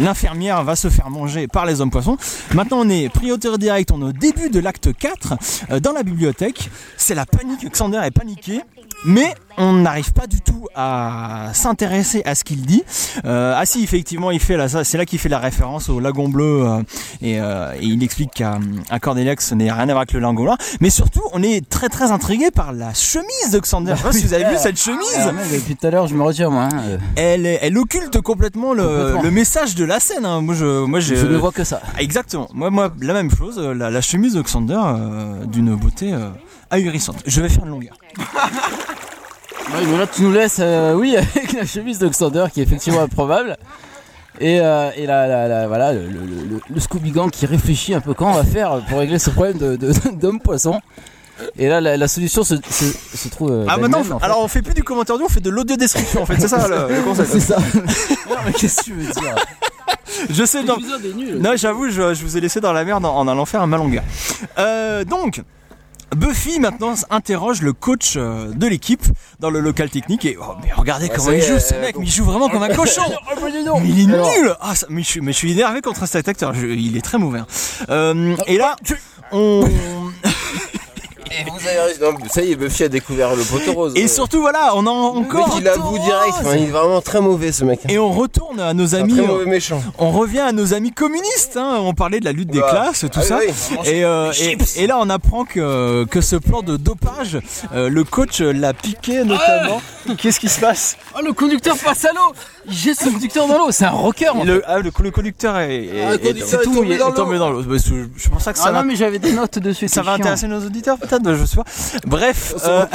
A: l'infirmière va se faire manger par les hommes poissons. Maintenant, on est prioritaire direct. On est au début de l'acte 4 euh, dans la bibliothèque. C'est la panique. Xander est paniqué. Mais on n'arrive pas du tout à s'intéresser à ce qu'il dit. Euh, ah si, effectivement, il fait là, ça, c'est là qu'il fait la référence au lagon bleu euh, et, euh, et il explique qu'à à Cordelia que ce n'est rien à voir avec le lagon blanc. Mais surtout, on est très très intrigué par la chemise de Xander. Je sais pas si vous avez vu cette chemise.
K: Ah, mec, Depuis tout à l'heure, je me retire, moi. hein, euh.
A: Elle, est- elle occulte complètement le,
K: Complètement.
A: le message de la scène. hein. Moi, je, moi, j'ai-
K: Je ne vois que ça.
A: Ah, Exactement. Moi, moi, la même chose. euh, La, la chemise de Xander euh, d'une beauté euh, ahurissante. Je vais faire une longueur.
K: Eh Oui, mais là, tu nous laisses, euh, oui, avec la chemise d'Oxander qui est effectivement improbable. Et, euh, et là, là, là, voilà, le, le- le- le Scooby Gang qui réfléchit un peu quand on va faire pour régler ce problème de- de- d'homme-poisson. Et là, la, la solution se, se- se trouve. euh,
A: Ah
K: dans
A: maintenant,
K: elle-même, en fait.
A: alors on fait plus du commentaire audio, on fait de l'audio description en fait, c'est ça le, le concept.
K: C'est ça. non, mais qu'est-ce que tu veux dire
A: Je sais non.
K: L'épisode est nul.
A: Non, j'avoue, je, je vous ai laissé dans la merde en, en allant faire un malanga. Euh, donc. Buffy maintenant interroge le coach euh, de l'équipe dans le local technique et oh, mais regardez
K: Ouais,
A: comment
K: ça y
A: il
K: est,
A: joue ce
K: euh,
A: mec,
K: donc-
A: mais il joue vraiment comme un cochon.
K: Oh, bah, dis donc.
A: Mais il est
K: Alors,
A: nul ah, ça- mais, je, suis- mais je suis énervé contre cet acteur, je- il est très mauvais. hein. Euh, et
K: Ah,
A: là, on...
C: Et vous avez raison. Non, ça y est, Buffy a découvert le poteau rose. euh.
A: Et surtout voilà, on a encore...
C: mec, il avoue direct,
K: hein.
C: enfin, il est vraiment très mauvais ce mec. hein.
A: Et on retourne à nos amis...
C: très mauvais méchant.
A: On revient à nos amis communistes, hein. on parlait de la lutte des
C: Oula.
A: classes, tout
C: Ah oui,
A: ça.
C: oui.
A: Et, euh, et,
C: Chips.
A: et là, on apprend que, que ce plan de dopage, euh, le coach l'a piqué notamment.
K: Ah.
A: Qu'est-ce qui se passe
K: Oh, le conducteur passe à l'eau Il jette le conducteur dans l'eau, c'est un rocker en
A: le,
K: fait.
A: ah, le, le conducteur est, est-
K: Ah, le
A: est-
K: conducteur
A: est
K: est
A: tout,
K: tombé
A: il est
K: dans l'eau.
A: tombé dans l'eau. Bah, C'est c'est pour ça que ça
K: Ah
A: va-
K: non, mais j'avais des notes dessus.
A: ça
K: c'est
A: va
K: chiant.
A: intéresser nos auditeurs peut-être je sais pas bref euh,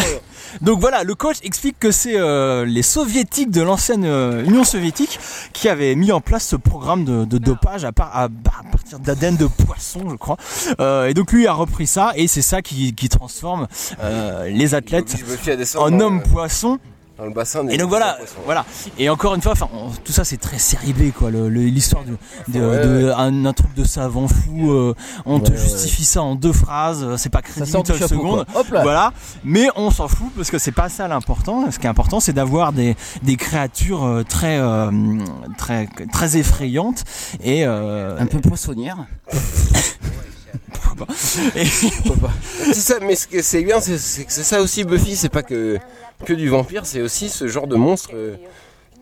A: donc voilà le coach explique que c'est euh, les soviétiques de l'ancienne euh, Union soviétique qui avaient mis en place ce programme de, de dopage à, par- à- à partir d'ADN de poisson je crois Euh, et donc lui a repris ça et c'est ça qui, qui transforme euh, les athlètes
C: Oblige Buffy à descendre.
A: en
C: euh,
A: homme poisson
C: dans le bassin des
A: Et donc voilà, voilà. Et encore une fois, enfin, on- tout ça c'est très série B quoi. le- le- L'histoire de, de,
K: Ouais,
A: de-
K: ouais.
A: un, un truc de savant fou. euh, on te
K: Ouais, ouais,
A: justifie ça en deux phrases. euh, C'est pas crédible
K: sort du
A: une seule
K: chapeau,
A: seconde.
K: quoi. Hop là.
A: Voilà. Mais on s'en fout parce que c'est pas ça l'important. Ce qui est important, c'est d'avoir des, des créatures euh, très euh, très très effrayantes et euh, un peu
K: poissonnières.
C: C'est ça, mais ce que c'est bien, c'est c'est que c'est ça aussi Buffy, c'est pas que, que du vampire, c'est aussi ce genre de monstre euh,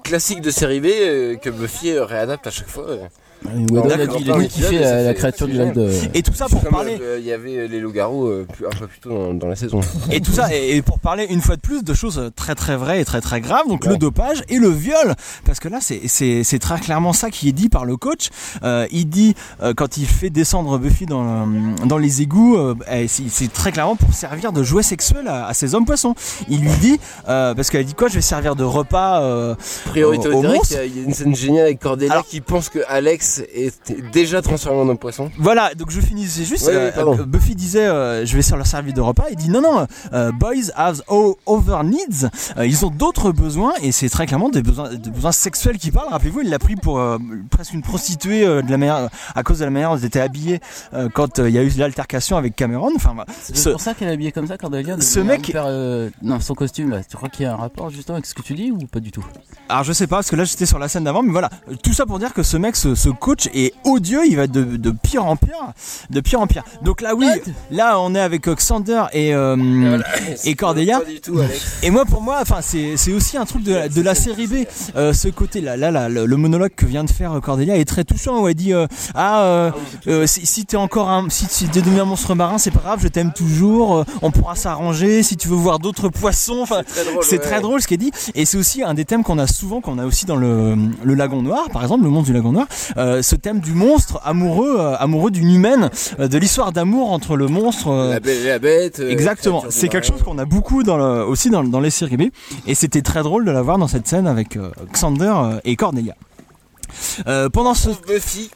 C: classique de série B euh, que Buffy euh, réadapte à chaque fois. euh.
K: Whedon
C: Dans
K: a dit-
C: dans
K: il a
C: un
K: dit
C: épisode,
K: kiffer
C: ça
K: la- la
C: fait-
K: créature
C: Ah c'est
K: du lac
C: génial.
K: de-
A: Et tout ça pour
C: Comme,
A: parler-
C: euh, Il y avait les loups-garous euh, plus- un peu plus tôt dans, dans la saison.
A: Et tout ça, et et pour parler une fois de plus de choses très très vraies et très très graves, donc le dopage et le viol. Parce que là, c'est- c'est c'est très clairement ça qui est dit par le coach. Euh, il dit, euh, quand il fait descendre Buffy dans, le- dans les égouts, euh, eh, c'est c'est très clairement pour servir de jouet sexuel à, à ces hommes poissons. Il lui dit, euh, parce qu'elle dit quoi, je vais servir de repas euh,
C: Priorité
A: au,
C: au
A: au
C: direct,
A: monstre.
C: il y a- il y a une scène géniale avec Cordelia
A: Alors-
C: qui pense que Alex est déjà transformé en homme poisson.
A: Voilà, donc je finis, c'est juste,
C: Ouais,
A: euh,
C: ouais, pardon.
A: euh, Buffy disait euh, je vais sur leur service de repas, il dit non non, euh, boys have o- over needs, Euh, ils ont d'autres besoins et c'est très clairement des besoins, des besoins sexuels qui parlent, rappelez-vous il l'a pris pour euh, presque une prostituée euh, de la manière, à cause de la manière dont ils étaient habillés euh, quand euh, il y a eu l'altercation avec Cameron, enfin bah, ce-
K: C'est pour ça qu'elle est habillée comme ça, Cordelia. de
A: ce
K: venir
A: mec-
K: me faire, euh, Non, son costume, là. Tu crois qu'il y a un rapport justement avec ce que tu dis ou pas du tout
A: Alors je sais pas parce que là j'étais sur la scène d'avant, mais voilà. Tout ça pour dire que ce mec, ce, ce coach est odieux. Il va de, de pire en pire, de pire en pire. Donc là oui, là on est avec euh, Xander et euh, et Cordelia. Et moi pour moi, enfin c'est c'est aussi un truc de la, de la série B. Euh, ce côté là, là, là, le, le monologue que vient de faire euh, Cordelia est très touchant. Où elle dit euh, ah euh, euh, si, si t'es encore un, si, si t'es devenu un monstre marin, c'est pas grave, je t'aime toujours. euh, on pourra s'arranger si tu veux voir d'autres poissons. Enfin
C: drôle,
A: c'est
C: ouais.
A: très drôle ce qui est dit et c'est aussi un des thèmes qu'on a souvent qu'on a aussi dans le, le lagon noir par exemple le monde du lagon noir euh, ce thème du monstre amoureux euh, amoureux d'une humaine euh, de l'histoire d'amour entre le monstre euh,
C: La belle et la bête. euh,
A: exactement
C: créature du
A: c'est quelque
C: marais.
A: chose qu'on a beaucoup dans le, aussi dans, dans les séries B et c'était très drôle de la voir dans cette scène avec euh, Xander euh, et Cornelia Euh, pendant ce
C: Buffy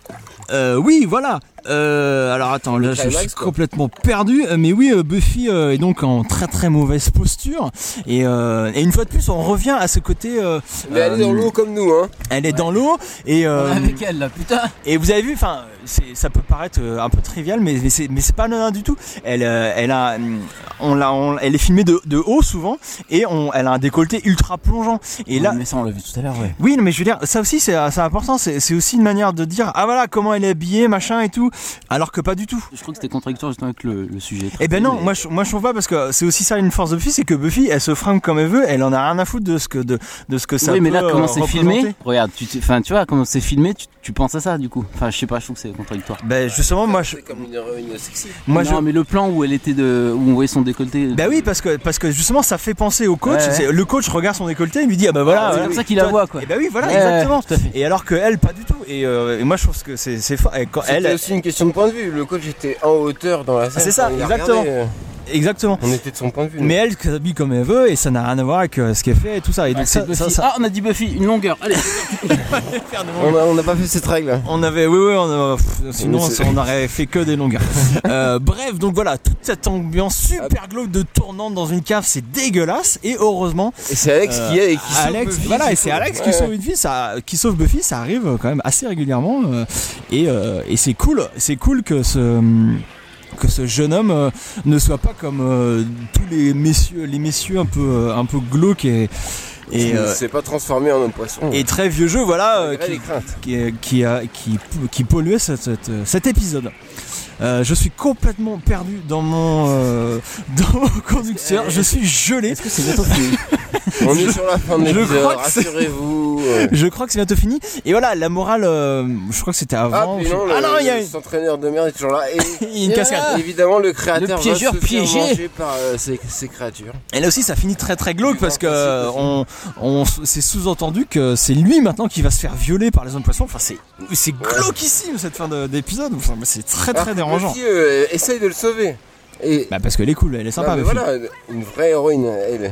A: euh, oui, voilà. Euh, alors attends, là je suis
C: climax, quoi.
A: complètement perdu. Euh, Mais oui, euh, Buffy euh, est donc en très très mauvaise posture. Et, euh, et une fois de plus, on revient à ce côté. euh,
C: Mais elle est dans
A: euh,
C: l'eau comme nous, hein.
A: Elle est dans l'eau. Et, euh,
K: Avec elle, là, putain.
A: et vous avez vu, enfin, c'est- ça peut paraître euh, un peu trivial, mais, mais c'est mais c'est pas anodin du tout. Elle, euh, elle a, hum, on l'a, on- elle est filmée de, de haut souvent, et on, elle a un décolleté ultra plongeant. Et là,
K: mais ça on l'a vu tout à l'heure, ouais.
A: oui, non, mais je veux dire, ça aussi c'est c'est important, c'est c'est aussi une manière de dire, ah voilà, comment elle est habillée, machin et tout, alors que pas du tout.
K: Je crois que c'était contradictoire justement avec le, le sujet.
A: Eh ben non, moi je, moi je trouve pas parce que c'est aussi ça une force de Buffy, c'est que Buffy elle se frame comme elle veut, elle en a rien à foutre de ce que de, de ce que ça
K: oui, mais
A: peut,
K: là,
A: euh,
K: comment c'est filmé
A: représenter.
K: Regarde, tu, t'es- enfin, tu vois, comment c'est filmé, tu, tu penses à ça du coup. Enfin, je sais pas, je trouve que c'est contradictoire.
A: Ben justement, moi je,
C: C'est comme une héroïne sexy.
A: moi
K: non,
A: je-
K: mais le plan où elle était de, où on voyait son décolleté.
A: Bah oui, parce que, parce que justement, ça fait penser au coach.
K: Ouais, ouais.
A: C'est- Le coach regarde son décolleté et lui dit Ah bah voilà.
K: Ah, c'est
A: euh,
K: comme
A: oui,
K: ça qu'il la
A: toi-
K: voit, quoi.
A: Et bah oui, voilà,
K: Ouais,
A: exactement.
K: tout à fait.
A: Et alors que elle, pas du tout. Et, euh, et moi, je trouve que c'est c'est fort. Et quand
C: Elle
A: elle.
C: aussi une question de point de vue. Le coach était en hauteur dans la
A: Ah,
C: salle.
A: c'est ça,
C: quand il a
A: exactement.
C: regardé, euh,
A: Exactement.
C: on était de son point de vue.
A: Mais elle s'habille comme elle veut et ça n'a rien à voir avec euh, ce qu'elle fait et tout ça. Et donc
K: C'est
A: ça,
K: Buffy.
A: ça, ça-
K: Ah, on a dit Buffy, une longueur. Allez.
C: on a- on n'a pas fait cette règle.
A: On avait, oui, oui, on a- pff, sinon
C: Mais c'est-
A: on aurait fait que des longueurs. Euh, bref, donc voilà, toute cette ambiance super glauque de tournante dans une cave, c'est dégueulasse. Et heureusement,
C: Et c'est Alex qui est et qui sauve
A: Alex,
C: Buffy,
A: voilà,
C: du
A: et
C: coup.
A: c'est Alex qui
C: Ouais.
A: sauve une fille, ça, qui sauve Buffy, ça arrive euh, quand même assez régulièrement, euh, et, euh, et c'est cool, c'est cool que ce que ce jeune homme euh, ne soit pas comme euh, tous les messieurs, les messieurs un peu euh, un peu glauques et et,
C: Il
A: euh,
C: s'est pas transformé en homme poisson.
A: et très vieux jeu, voilà, euh,
C: Malgré
A: qui,
C: les craintes.
A: qui, euh, qui, a- qui, qui polluait cette- cette, euh, cet épisode. Euh, je suis complètement perdu dans mon euh, dans mon conducteur, je suis gelé.
C: On est sur la fin de
A: Je
C: l'épisode,
A: crois que c'est-
C: rassurez-vous. euh.
A: Je crois que c'est bientôt fini. Et voilà, la morale, euh, je crois que c'était
C: Ah,
A: avant.
C: puis
A: je-
C: non,
A: Ah
C: le-
A: non, il y a
C: le-
A: une-
C: cet entraîneur de merde est toujours là. Et,
A: y a une
C: et
A: cascade.
C: voilà, Évidemment, le créateur
K: Le piégeur
C: va se faire
K: piégé.
C: manger par euh, ces, ces créatures.
A: Et là aussi, ça finit très très glauque parce que euh, on, on, c'est sous-entendu que c'est lui maintenant qui va se faire violer par les hommes poissons. Enfin, c'est c'est glauquissime cette fin de- d'épisode. Enfin, mais c'est très très
C: Alors,
A: dérangeant.
C: Buffy, euh, essaye de le sauver. Et
A: Bah parce qu'elle est cool, elle est
C: Non,
A: sympa.
C: Ah, mais
A: Buffy.
C: voilà, une vraie héroïne. Elle,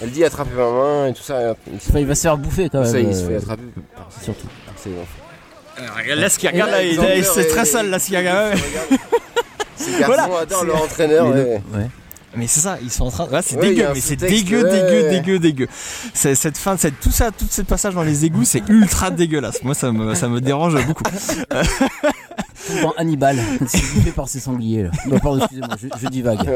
C: elle dit attraper ma main et tout ça.
K: Enfin, il va se faire bouffer quand même.
C: Ça, il se
K: euh,
C: fait attraper par
K: Surtout.
C: par ses enfants.
A: Euh, Regarde là ce qu'il regarde,
C: Et là,
A: là, il-
C: Xander
A: là, c'est
C: et-
A: très sale là ce qu'il regarde.
C: Ces garçons
A: Voilà.
C: adorent leur entraîneur.
K: Mais le-
C: ouais.
K: ouais.
A: Mais c'est ça, ils sont en train. Là, c'est
C: Ouais, il y
A: dégueu,
C: a un
A: mais c'est
C: sous-texte,
A: dégueu,
C: ouais.
A: dégueu, dégueu, dégueu. C'est cette fin, cette, tout ça, tout ce passage dans les égouts, c'est ultra dégueulasse. Moi, ça me, ça me dérange beaucoup.
K: Dans Hannibal, c'est bouffé par ses sangliers. Là. Non, pardon, excusez-moi, je, je divague.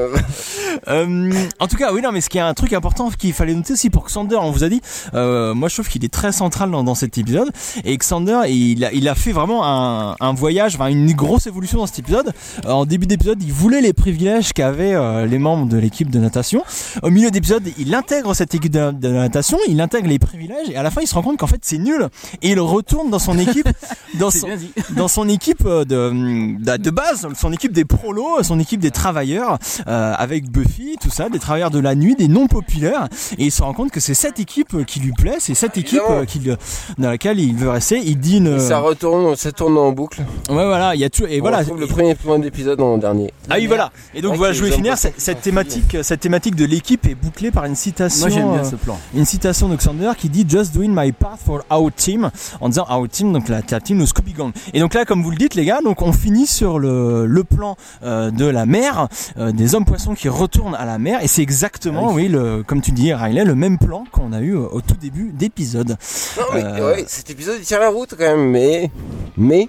A: Euh, en tout cas, oui, non, mais ce qui est un truc important qu'il fallait noter aussi pour Xander, on vous a dit, euh, moi je trouve qu'il est très central dans, dans cet épisode. Et Xander, il a, il a fait vraiment un, un voyage, enfin, une grosse évolution dans cet épisode. Euh, en début d'épisode, il voulait les privilèges qu'avaient euh, les membres de l'équipe de natation. Au milieu d'épisode, il intègre cette équipe de, de natation, il intègre les privilèges, et à la fin, il se rend compte qu'en fait c'est nul. Et il retourne dans son équipe, dans, son, dans son équipe euh, de, de, de base, son équipe des prolos, son équipe des travailleurs, euh, avec Buffy, tout ça, des travailleurs de la nuit, des non populaires, et il se rend compte que c'est cette équipe euh, qui lui plaît, c'est cette équipe
C: Évidemment.
A: euh, qui le- dans laquelle il veut rester, il dîne. euh,
C: Ça retourne, ça tourne en boucle.
A: Ouais, voilà, il y a tout. Et
C: on
A: voilà.
C: retrouve le premier point d'épisode en dernier.
A: Ah oui, voilà. Et donc
C: Ouais,
A: voilà,
C: qui
A: je voulais
C: nous
A: finir.
C: emporte
A: Cette, cette thématique, cette thématique de l'équipe est bouclée par une citation.
K: Moi, j'aime bien
A: euh,
K: ce plan.
A: Une citation de Xander qui dit Just doing my part for our team, en disant our team, donc la, la team, le Scooby Gang. Et donc là, comme vous le dites, les gars, donc on finit sur le, le plan euh, de la mer, euh, des hommes poissons qui retournent à la mer, et c'est exactement, Ah oui, le, comme tu dis, Riley, le même plan qu'on a eu euh, au tout début d'épisode.
C: Non, mais
A: Euh,
C: ouais, cet épisode il tient la route quand même, mais. Mais.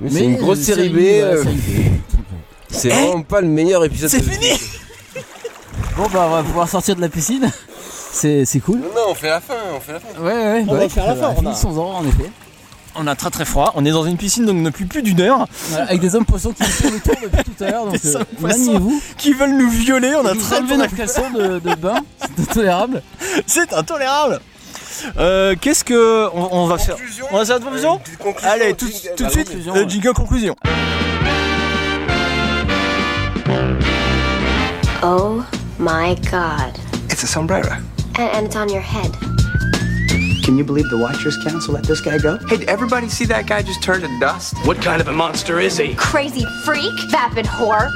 C: mais c'est une grosse série B. euh, C'est vraiment pas le meilleur épisode.
K: C'est
C: de-
K: fini Bon, bah, on va pouvoir sortir de la piscine. C'est c'est cool.
C: Non, on fait la fin, on fait la fin.
K: Ouais, ouais,
A: On va faire la fin, on a-
K: sans en effet.
A: On a très très froid, on est dans une piscine donc depuis plus d'une heure.
K: Voilà, avec des hommes poissons qui nous font le tour depuis tout à l'heure. Donc,
A: Des
K: euh,
A: hommes poissons
K: maniez-vous.
A: Qui veulent nous violer, on a
K: Vous
A: très
K: enlevez
A: bien
K: notre caleçon de, de bain. C'est intolérable.
A: C'est intolérable. Euh, Qu'est-ce que on, on va faire On va faire une conclusion Allez, tout,
C: jingle,
A: tout de
C: la
A: suite,
C: conclusion,
A: le
C: ouais.
A: jingle conclusion.
H: Oh my god.
J: It's a sombrero.
H: And, and it's on your head.
J: Can you believe the Watchers Council let this guy go? Hey, did everybody see that guy just turn to dust? What kind of a monster is he?
H: Crazy freak, vapid whore.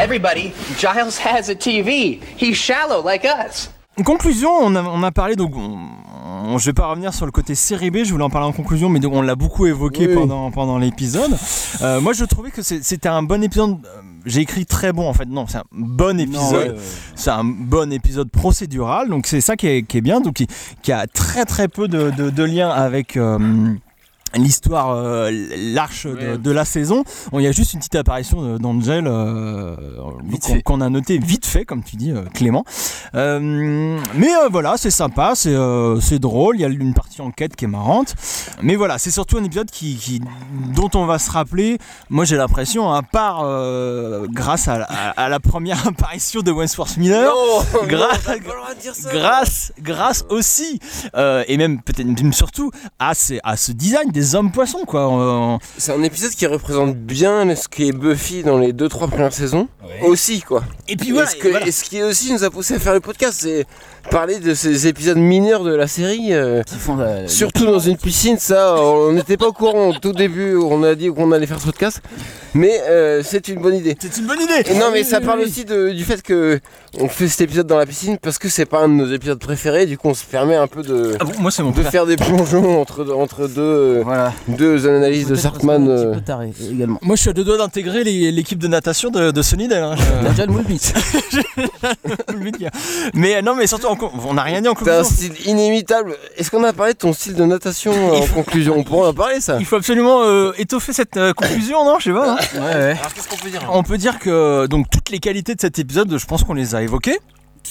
E: Everybody, Giles has a TV. He's shallow like us.
A: Conclusion, on a, on a parlé donc. on- on- je vais pas revenir sur le côté série B, je voulais en parler en conclusion, mais donc on l'a beaucoup évoqué
C: Oui.
A: pendant, pendant l'épisode. Euh, moi, je trouvais que c'est- c'était un bon épisode. euh, J'ai écrit très bon en fait, non, c'est un bon épisode.
K: ouais, ouais.
A: C'est un bon épisode procédural, donc c'est ça qui est, qui est bien, donc qui, qui a très très peu de, de, de liens avec. euh, l'histoire euh, l'arche de, de la saison Bon, il y a juste une petite apparition de- d'Angel euh, qu'on qu'on a noté vite fait comme tu dis euh, Clément Euh, mais euh, voilà c'est sympa c'est euh, c'est drôle il y a une partie enquête qui est marrante mais voilà c'est surtout un épisode qui, qui- dont on va se rappeler moi j'ai l'impression à part euh, grâce à, la- à- à la première apparition de Wentworth Miller
C: Non,
A: grâce
C: non, t'as pas le droit de dire ça.
A: grâce, grâce aussi, euh, et même peut-être même surtout à, ces- à ce design des hommes poissons quoi. On-
C: C'est un épisode qui représente bien ce qui est Buffy dans les deux trois premières saisons. Aussi, quoi.
A: Et puis voilà,
C: ce, que-
A: et voilà.
C: et ce qui aussi nous a poussé à faire le podcast, c'est parler de ces épisodes mineurs de la série. euh,
K: Ils font la-
C: Surtout dans une piscine, ça, on n'était pas au courant au tout début, on a dit qu'on allait faire ce podcast, mais euh, c'est une bonne idée.
A: C'est une bonne idée.
C: Et non, mais ça parle aussi de- du fait que on fait cet épisode dans la piscine parce que c'est pas un de nos épisodes préférés, du coup on se permet un peu de,
A: Ah bon, moi c'est mon
C: de
A: préféré.
C: faire des plongeons entre, entre deux,
K: Voilà.
C: deux analyses de
K: Peut-être parce qu'on
C: Sarkman.
K: est Un
C: euh.
K: petit peu taré également.
A: Moi je suis à deux doigts d'intégrer les- l'équipe de natation de, de Sunnydale. hein.
K: La John Wilkins.
A: Je peux le dire. mais euh, non, mais surtout en con- on n'a rien dit en
C: T'as un
A: conclusion.
C: style inimitable. Est-ce qu'on a parlé de ton style de natation euh, en conclusion On pourrait en parler ça
A: Il faut absolument euh, étoffer cette euh, conclusion, non Je sais pas. hein.
K: Ouais, ouais.
C: Alors qu'est-ce qu'on peut dire
A: On peut dire que euh, donc toutes les qualités de cet épisode, je pense qu'on les a évoquées,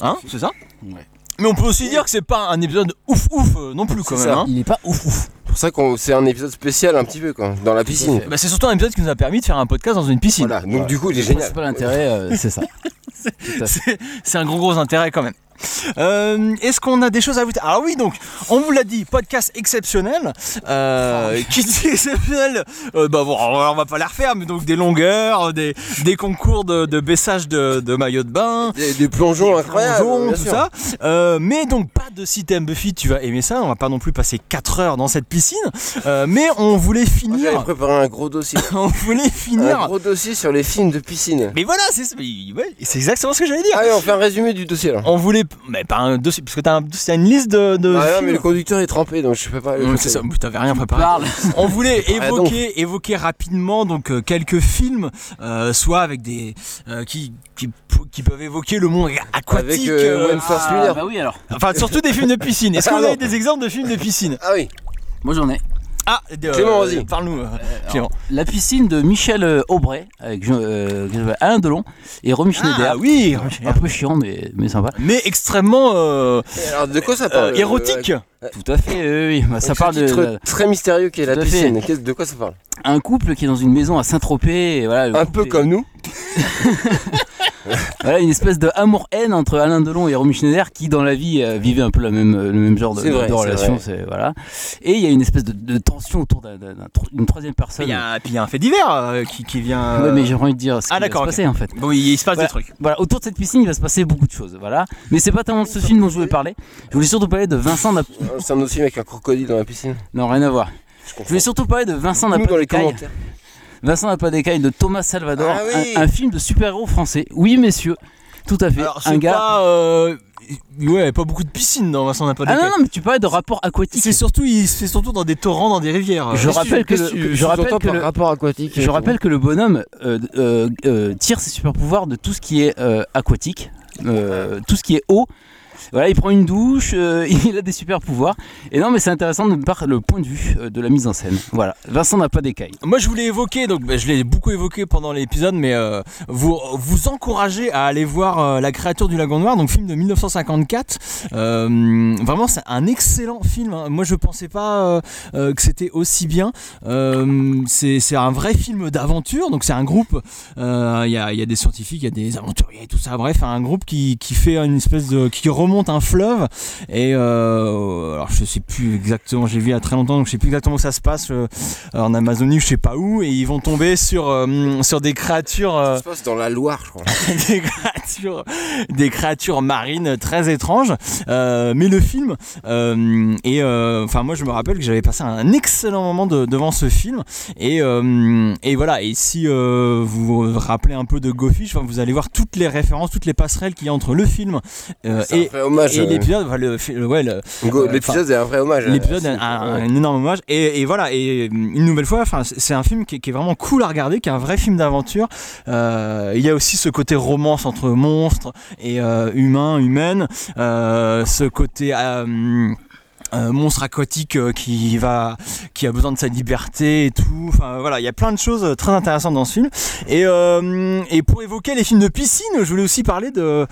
A: hein C'est ça.
K: Ouais.
A: Mais on peut aussi dire que c'est pas un épisode ouf ouf euh, non plus quand
C: C'est
A: même.
C: ça.
A: hein.
K: Il est pas ouf ouf.
C: C'est pour ça que c'est un épisode spécial un petit peu quoi, dans la piscine.
A: Bah, c'est surtout un épisode qui nous a permis de faire un podcast dans une piscine.
C: Voilà, donc du coup il est
K: Le
C: génial.
K: principal intérêt, euh, c'est ça.
A: C'est- C'est un gros gros intérêt quand même. Euh, Est-ce qu'on a des choses à ajouter Ah oui, donc on vous l'a dit, podcast exceptionnel. euh, qui dit exceptionnel euh, Bah bon, on va pas la refaire, mais donc des longueurs, des, des concours de, de baissage de, de maillot de bain,
C: Des, des plongeons incroyables.
A: plongeons,
C: Oh, bien
A: tout
C: sûr.
A: ça. Euh, mais donc pas de si t'aimes Buffy, tu vas aimer ça. On va pas non plus passer 4 heures dans cette piscine. Euh, mais on voulait
C: Moi, Ah, J'avais
A: finir.
C: préparé un gros dossier.
A: On voulait
C: un
A: finir.
C: gros dossier sur les films de piscine.
A: Mais voilà, c'est ouais, c'est exactement ce que j'allais dire.
C: Allez, on fait un résumé du dossier là.
A: On voulait mais pas un dossier, parce que t'as un- c'est une liste de. de
C: Ah ouais,
A: films.
C: mais le euh, conducteur est trempé, donc je peux pas.
A: Hum, hein. c'est ça, mais t'avais rien préparé. On voulait évoquer, évoquer rapidement donc euh, quelques films, euh, soit avec des euh, qui, qui qui peuvent évoquer le monde aquatique.
C: Avec, euh, Wayne Force Miller.
K: bah oui, alors.
A: Enfin surtout des films de piscine. Est-ce que vous avez des exemples de films de piscine
C: Ah oui.
K: Moi j'en ai.
A: Ah, euh,
K: Clément, vas-y. Ah,
A: Parle-nous. euh, Clément.
K: La piscine de Michel euh, Aubray avec Jean- euh, Alain Delon et Romy Schneider.
A: Ah, oui,
K: un peu chiant mais, mais sympa.
A: Mais extrêmement euh,
C: Alors de quoi ça parle
K: érotique. Tout à fait. oui, oui. Bah, ça
C: Donc, ce
K: parle de-
C: titre
K: de-
C: très mystérieux qui est la
K: Tout à fait.
C: piscine. Qu'est-ce- De quoi ça parle
K: Un couple qui est dans une maison à Saint-Tropez. et Voilà,
A: Euh,
K: le
C: Un
K: couple
C: peu
K: est-
C: comme nous.
K: Voilà une espèce de amour-haine entre Alain Delon et Romy Schneider qui dans la vie euh, vivaient un peu la même, euh, le même genre de,
C: C'est
K: de-
C: vrai,
K: de
C: c'est
K: relation.
C: vrai.
K: c'est- Voilà. Et il y a une espèce de, de tension autour d'un- d'un- d'un tro- d'une troisième personne.
A: Puis il y a- puis il y a un fait divers euh, qui, qui vient. euh,
K: Ouais, mais j'ai envie de dire ce qui
A: Ah,
K: va
A: d'accord,
K: se
A: ok.
K: passer en fait.
A: Oui, il se passe
K: Voilà.
A: des trucs.
K: Voilà, autour de cette piscine, il va se passer beaucoup de choses. Voilà. Mais c'est pas tellement de ce film dont je voulais parler. Je voulais surtout parler de Vincent Nap-
C: C'est un autre film avec un crocodile dans la piscine.
K: Non, rien à voir. Je, voulais surtout parler de Vincent
C: Nous, dans les
K: Napadecaille.
C: commentaires.
K: Vincent Napadecaille de Thomas Salvador,
C: Ah oui.
K: un, un film de super-héros français. Oui, messieurs, tout à fait.
A: Alors,
K: un
A: c'est
K: gars.
A: pas, euh, ouais, pas beaucoup de piscines dans Vincent n'a pas
K: Ah non, non, mais tu parles de rapport aquatique.
A: C'est surtout, il- c'est surtout dans des torrents, dans des rivières.
K: Je
A: Qu'est-ce
K: rappelle que,
A: qu'est-ce
K: le- je rappelle que le- Je rappelle que le bonhomme euh, euh, euh, tire ses super pouvoirs de tout ce qui est euh, aquatique, euh, tout ce qui est eau. Voilà, il prend une douche, euh, il a des super pouvoirs. Et non, mais c'est intéressant de par le point de vue euh, de la mise en scène. Voilà, Vincent n'a pas d'écailles.
A: Moi, je voulais évoquer, donc bah, je l'ai beaucoup évoqué pendant l'épisode, mais euh, vous vous encouragez à aller voir euh, La créature du lagon noir, donc film de 1954. Euh, vraiment, c'est un excellent film. hein. Moi, je pensais pas euh, euh, que c'était aussi bien. Euh, c'est c'est un vrai film d'aventure, donc c'est un groupe. euh, Il y, a, il y a des scientifiques, il y a des aventuriers, tout ça. Bref, un groupe qui, qui fait une espèce de qui remonte un fleuve. Et euh, alors, je sais plus exactement. J'ai vu il y a très longtemps, donc je sais plus exactement où ça se passe euh, en Amazonie, je sais pas où. Et ils vont tomber sur euh, sur des créatures. euh,
C: Ça se passe dans la Loire, je crois.
A: des créatures, des créatures marines très étranges. Euh, mais le film, euh, et euh, enfin moi je me rappelle que j'avais passé un excellent moment de- devant ce film. Et, euh, et voilà. Et si euh, vous vous rappelez un peu de Gofish, enfin, vous allez voir toutes les références, toutes les passerelles qu'il y a entre le film euh,
C: C'est un
A: et,
C: vrai hommage,
A: et
C: euh,
A: l'épisode. enfin, le fi- ouais, le-
C: Go-
A: euh,
C: L'épisode
A: enfin,
C: est un vrai hommage. à-
A: L'épisode est un, un- un énorme hommage. Et, et voilà, et hum, une nouvelle fois, enfin, c'est c'est un film qui, est- qui est vraiment cool à regarder, qui est un vrai film d'aventure. Euh, il y a aussi ce côté romance entre monstres et euh, humains, humaines. Euh, ce côté. euh, hum, euh, monstre aquatique euh, qui va qui a besoin de sa liberté et tout enfin voilà il y a plein de choses euh, très intéressantes dans ce film et euh, et pour évoquer les films de piscine je voulais aussi parler de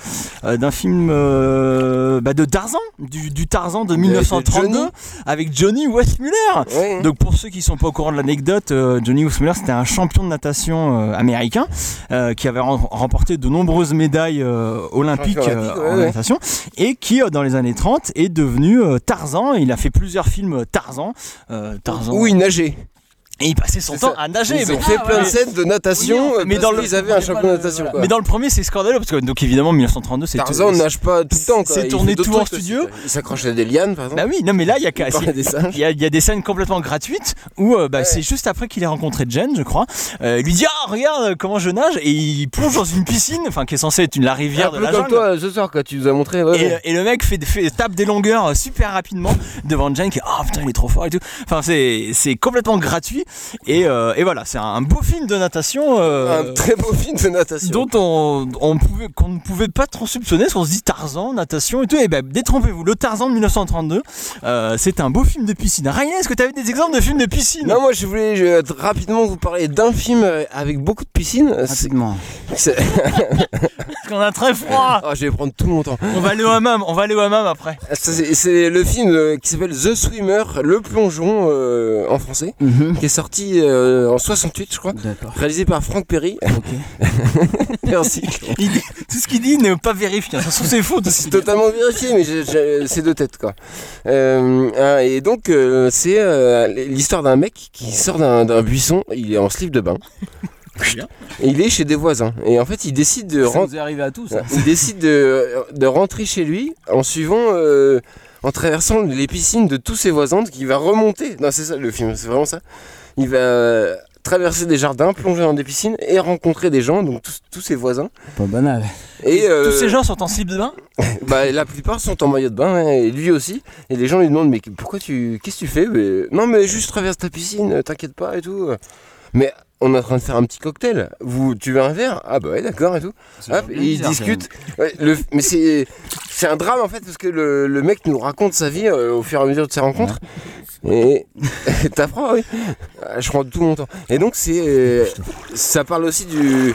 A: euh, d'un film euh, bah, de Tarzan du, du Tarzan de
C: de
A: 1932
C: Johnny.
A: avec Johnny Westmuller
C: Ouais.
A: donc pour ceux qui sont pas au courant de l'anecdote euh, Johnny Westmuller c'était un champion de natation euh, américain euh, qui avait rem- remporté de nombreuses médailles euh, olympiques
C: Champion olympique,
A: euh, en
C: ouais, ouais.
A: natation et qui euh, dans les années 30 est devenu euh, Tarzan il a fait plusieurs films Tarzan euh, Tarzan
C: Où il nageait.
A: et il passait son
C: C'est
A: temps
C: ça.
A: à nager
C: Ils
A: mais-
C: ont fait
A: Ah,
C: plein de
A: ouais.
C: scènes de natation.
A: Oui, mais dans le-
C: ils avaient un championnat de natation. quoi.
A: mais dans le premier c'est scandaleux parce que donc évidemment 1932 c'est
C: Tarzan on nage pas tout le temps. quoi.
A: c'est
C: Il
A: tourné
C: fait d'autres
A: tout en
C: trucs aussi.
A: studio.
C: Il s'accroche à des lianes, par exemple.
A: Bah oui, non mais là il y a qu'à-
C: parlait des singes.
A: il y, a- il y a des scènes complètement gratuites où euh, bah, c'est juste après qu'il ait rencontré Jen, je crois. Euh, il lui dit ah regarde comment je nage et il plonge dans une piscine, enfin qui est censée être une la rivière
C: Un
A: de
C: peu
A: la
C: comme
A: jungle.
C: toi euh, ce soir, quand tu nous as montré. ouais,
A: Et, euh,
C: ouais.
A: et le mec fait, fait- tape des longueurs euh, super rapidement devant Jen qui est oh putain il est trop fort et tout. Enfin c'est c'est complètement gratuit et, euh, et voilà c'est un, beau film de natation. euh,
C: Un très beau film de natation.
A: dont on, on pouvait, qu'on ne pouvait pas trop soupçonner, parce qu'on se dit Tarzan, natation et tout. Et ben détrompez-vous, le Tarzan de 1932, euh, c'est un beau film de piscine. Ryan, est-ce que tu avais des exemples de films de piscine
C: Non, moi je voulais euh, rapidement vous parler d'un film euh, avec beaucoup de piscine. Euh, c'est-
K: Rapidement.
C: c'est-
A: Parce qu'on a très froid.
C: Ah, je vais prendre tout mon temps.
A: On va aller au hammam, on va aller au hammam après.
C: Ça, C'est c'est le film euh, qui s'appelle The Swimmer, le plongeon euh, en français,
K: Mhm.
C: qui est sorti euh, en 68, je crois,
K: D'accord.
C: réalisé par Franck Perry. Merci.
A: Il dit- tout ce qu'il dit n'est pas vérifié. hein. Ça se trouve, c'est faux. tout ce
C: C'est
A: qu'il dit.
C: totalement vérifié, mais j'ai- j'ai- c'est deux têtes quoi. Euh, ah, et donc euh, c'est euh, l'histoire d'un mec qui sort d'un d'un buisson, il est en slip de bain. Et il est chez des voisins. Et en fait, il décide de
K: Ça
C: rentrer.
K: nous est arrivé à tous.
C: Ouais,
K: hein.
C: Il décide de, de rentrer chez lui en suivant, euh, en traversant les piscines de tous ses voisins, qui va remonter. Non, c'est ça le film, c'est vraiment ça. Il va traverser des jardins, plonger dans des piscines et rencontrer des gens, donc tous, tous ses voisins.
K: Pas banal.
C: Et euh,
A: Tous ces gens sont en slip de bain
C: bah, la plupart sont en maillot de bain hein, et lui aussi. Et les gens lui demandent mais pourquoi tu qu'est-ce que tu fais Mais, Non mais juste traverse ta piscine, euh, t'inquiète pas et tout. Mais on est en train de faire un petit cocktail. Vous, tu veux un verre Ah bah ouais d'accord et tout. Hop,
B: bien
C: et ils
B: bizarre,
C: discutent. Ouais, le- mais c'est c'est un drame en fait parce que le, le mec nous raconte sa vie euh, au fur et à mesure de ses rencontres. Et t'apprends oui. Ah, Je prends tout mon temps. Et donc c'est euh, ça parle aussi du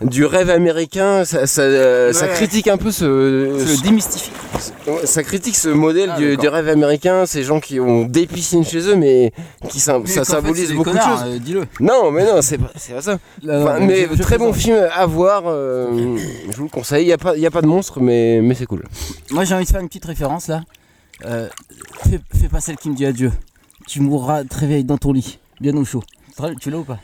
C: du rêve américain, ça, ça, euh, ça
K: Ouais.
C: critique un peu ce,
K: Ça le
C: ce-
K: démystifie.
C: Ouais, Ça critique ce modèle
K: Ah,
C: du,
K: d'accord.
C: du rêve américain, ces gens qui ont des piscines chez eux, mais qui sym-
K: Mais
C: ça
K: qu'en fait,
C: symbolise
K: c'est des
C: beaucoup de
K: connards,
C: choses.
K: euh, dis-le.
C: Non, mais non, c'est pas, c'est pas ça.
K: Là, non,
C: Enfin,
K: mais
C: mais
K: je- je
C: très bon
K: comprends.
C: film à voir. euh, je vous le conseille. Il n'y a, pas- y a pas de monstre, mais, mais c'est cool.
K: Moi j'ai envie de faire une petite référence là. Euh, fais, fais pas celle qui me dit adieu. Tu mourras très vieille dans ton lit, bien au chaud. Tra- Tu l'as ou pas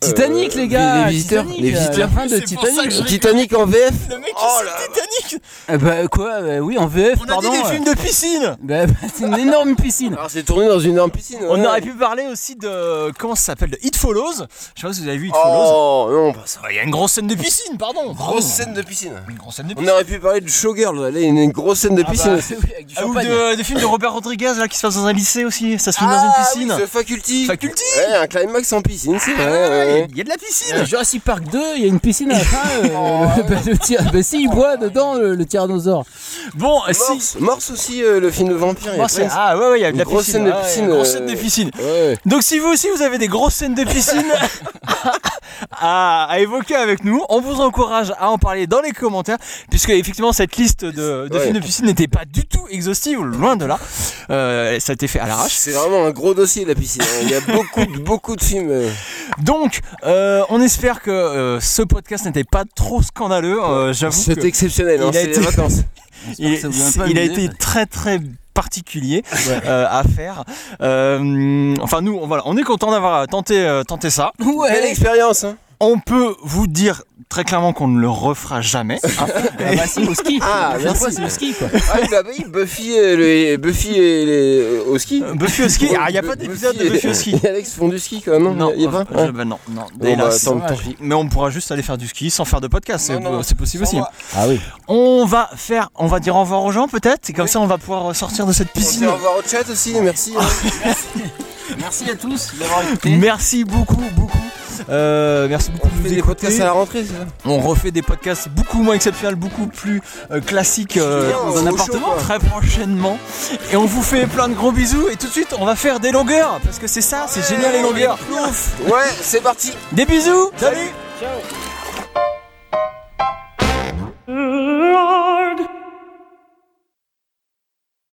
K: Titanic les gars
C: Euh, les, visiteurs,
K: Titanic,
C: les
K: euh,
C: visiteurs,
K: La fin de Titanic
C: Titanic en VF.
A: oh là Titanic
K: Eh Bah quoi euh, Oui en VF
A: On a
K: pardon
A: dit des
K: euh.
A: films de piscine
K: Bah, bah, c'est une énorme piscine
C: Alors c'est tourné dans une énorme piscine.
A: On
C: ouais.
A: aurait pu parler aussi de. Comment ça s'appelle De It Follows. Je sais pas si vous avez vu It Follows.
C: Oh non, pas ça.
A: Il y a une grosse scène de piscine, pardon.
C: Grosse scène de piscine.
A: Une grosse scène de
C: On
A: piscine.
C: aurait pu parler de Showgirl. Là, il y a une grosse scène de piscine.
K: bah, Euh,
C: aussi.
A: Ah, ou de, des films de Robert Rodriguez là qui se passe dans un lycée aussi. Ça se filme dans une
C: Ah
A: piscine.
C: oui, ce Faculty.
A: Faculty.
C: Ouais, un climax en piscine, c'est vrai.
A: Ah,
C: ouais, ouais.
A: Il y a de la piscine.
K: Euh, Jurassic Park 2, il y a une piscine à la fin. euh,
A: Oh.
K: le- bah, le tyr- bah, si, il boit dedans le, le tyrannosaure.
A: Bon, euh, si.
C: Morse, Morse aussi, euh, le film de vampire. il y a
A: Morse,
C: plein de-
A: ah ouais, ouais, il y a de
C: une
A: la
C: grosse
A: piscine,
C: scène de
A: ouais,
C: piscine.
A: une grosse
C: euh,
A: scène de piscine.
C: ouais.
A: Donc si vous aussi vous avez des grosses scènes de piscine à, à évoquer avec nous, on vous encourage à en parler dans les commentaires, puisque effectivement cette liste de, de
C: Ouais.
A: films de piscine n'était pas du tout exhaustive, loin de là. Euh, ça a été fait à l'arrache.
C: C'est vraiment un gros dossier la piscine. hein. Il y a beaucoup, de- beaucoup de films. euh.
A: Donc euh, on espère que euh, ce podcast n'était pas trop scandaleux. euh, J'avoue
C: C'est
A: que
C: exceptionnel. hein,
A: il a
C: c'est
A: été-
C: les vacances.
A: il,
K: que ça vous a
A: c'est-
K: pas
A: il a
K: amusé,
A: été
K: parce
A: très très particulier euh, à faire. Euh, enfin nous, on, voilà, on est content d'avoir tenté, euh, tenté ça.
C: Belle
K: Ouais
C: expérience. hein.
A: On peut vous dire très clairement qu'on ne le refera jamais.
K: Ah bah si, au ski La
C: Ah,
K: prochaine
C: merci.
K: fois, c'est au ski quoi
C: Ah bah oui, Buffy, euh, le- Buffy et les euh, au ski.
A: Euh, Buffy au ski, il n'y a pas d'épisode de
C: et-
A: Buffy au ski.
C: et Alex font du ski quand même. Non, il y a pas.
A: euh,
C: Ouais.
A: bah non, non,
C: Bon, bah,
A: hélas.
C: tant, tant
K: dommage.
C: pis.
A: mais on pourra juste aller faire du ski sans faire de podcast, c'est
C: Non, non,
A: c'est possible aussi.
K: Ah oui.
A: On va faire, on va dire au revoir aux gens peut-être, et comme ça on va pouvoir sortir de cette
C: On dit
A: piscine.
C: au revoir au chat aussi. Merci.
A: Ah,
C: hein.
K: Merci à tous d'avoir écouté.
A: Merci beaucoup, beaucoup. Euh, merci beaucoup. de
C: On
A: nous
C: fait des
A: écouter.
C: podcasts à la rentrée, c'est ça
A: On refait des podcasts beaucoup moins exceptionnels, beaucoup plus euh, classiques euh,
C: Bien,
A: dans un
C: au
A: appartement
C: chaud,
A: très
C: quoi.
A: prochainement. Et on vous fait plein de gros bisous. Et tout de suite, on va faire des longueurs parce que c'est ça, c'est génial les longueurs.
C: Ouais, c'est parti.
A: Des bisous. Salut.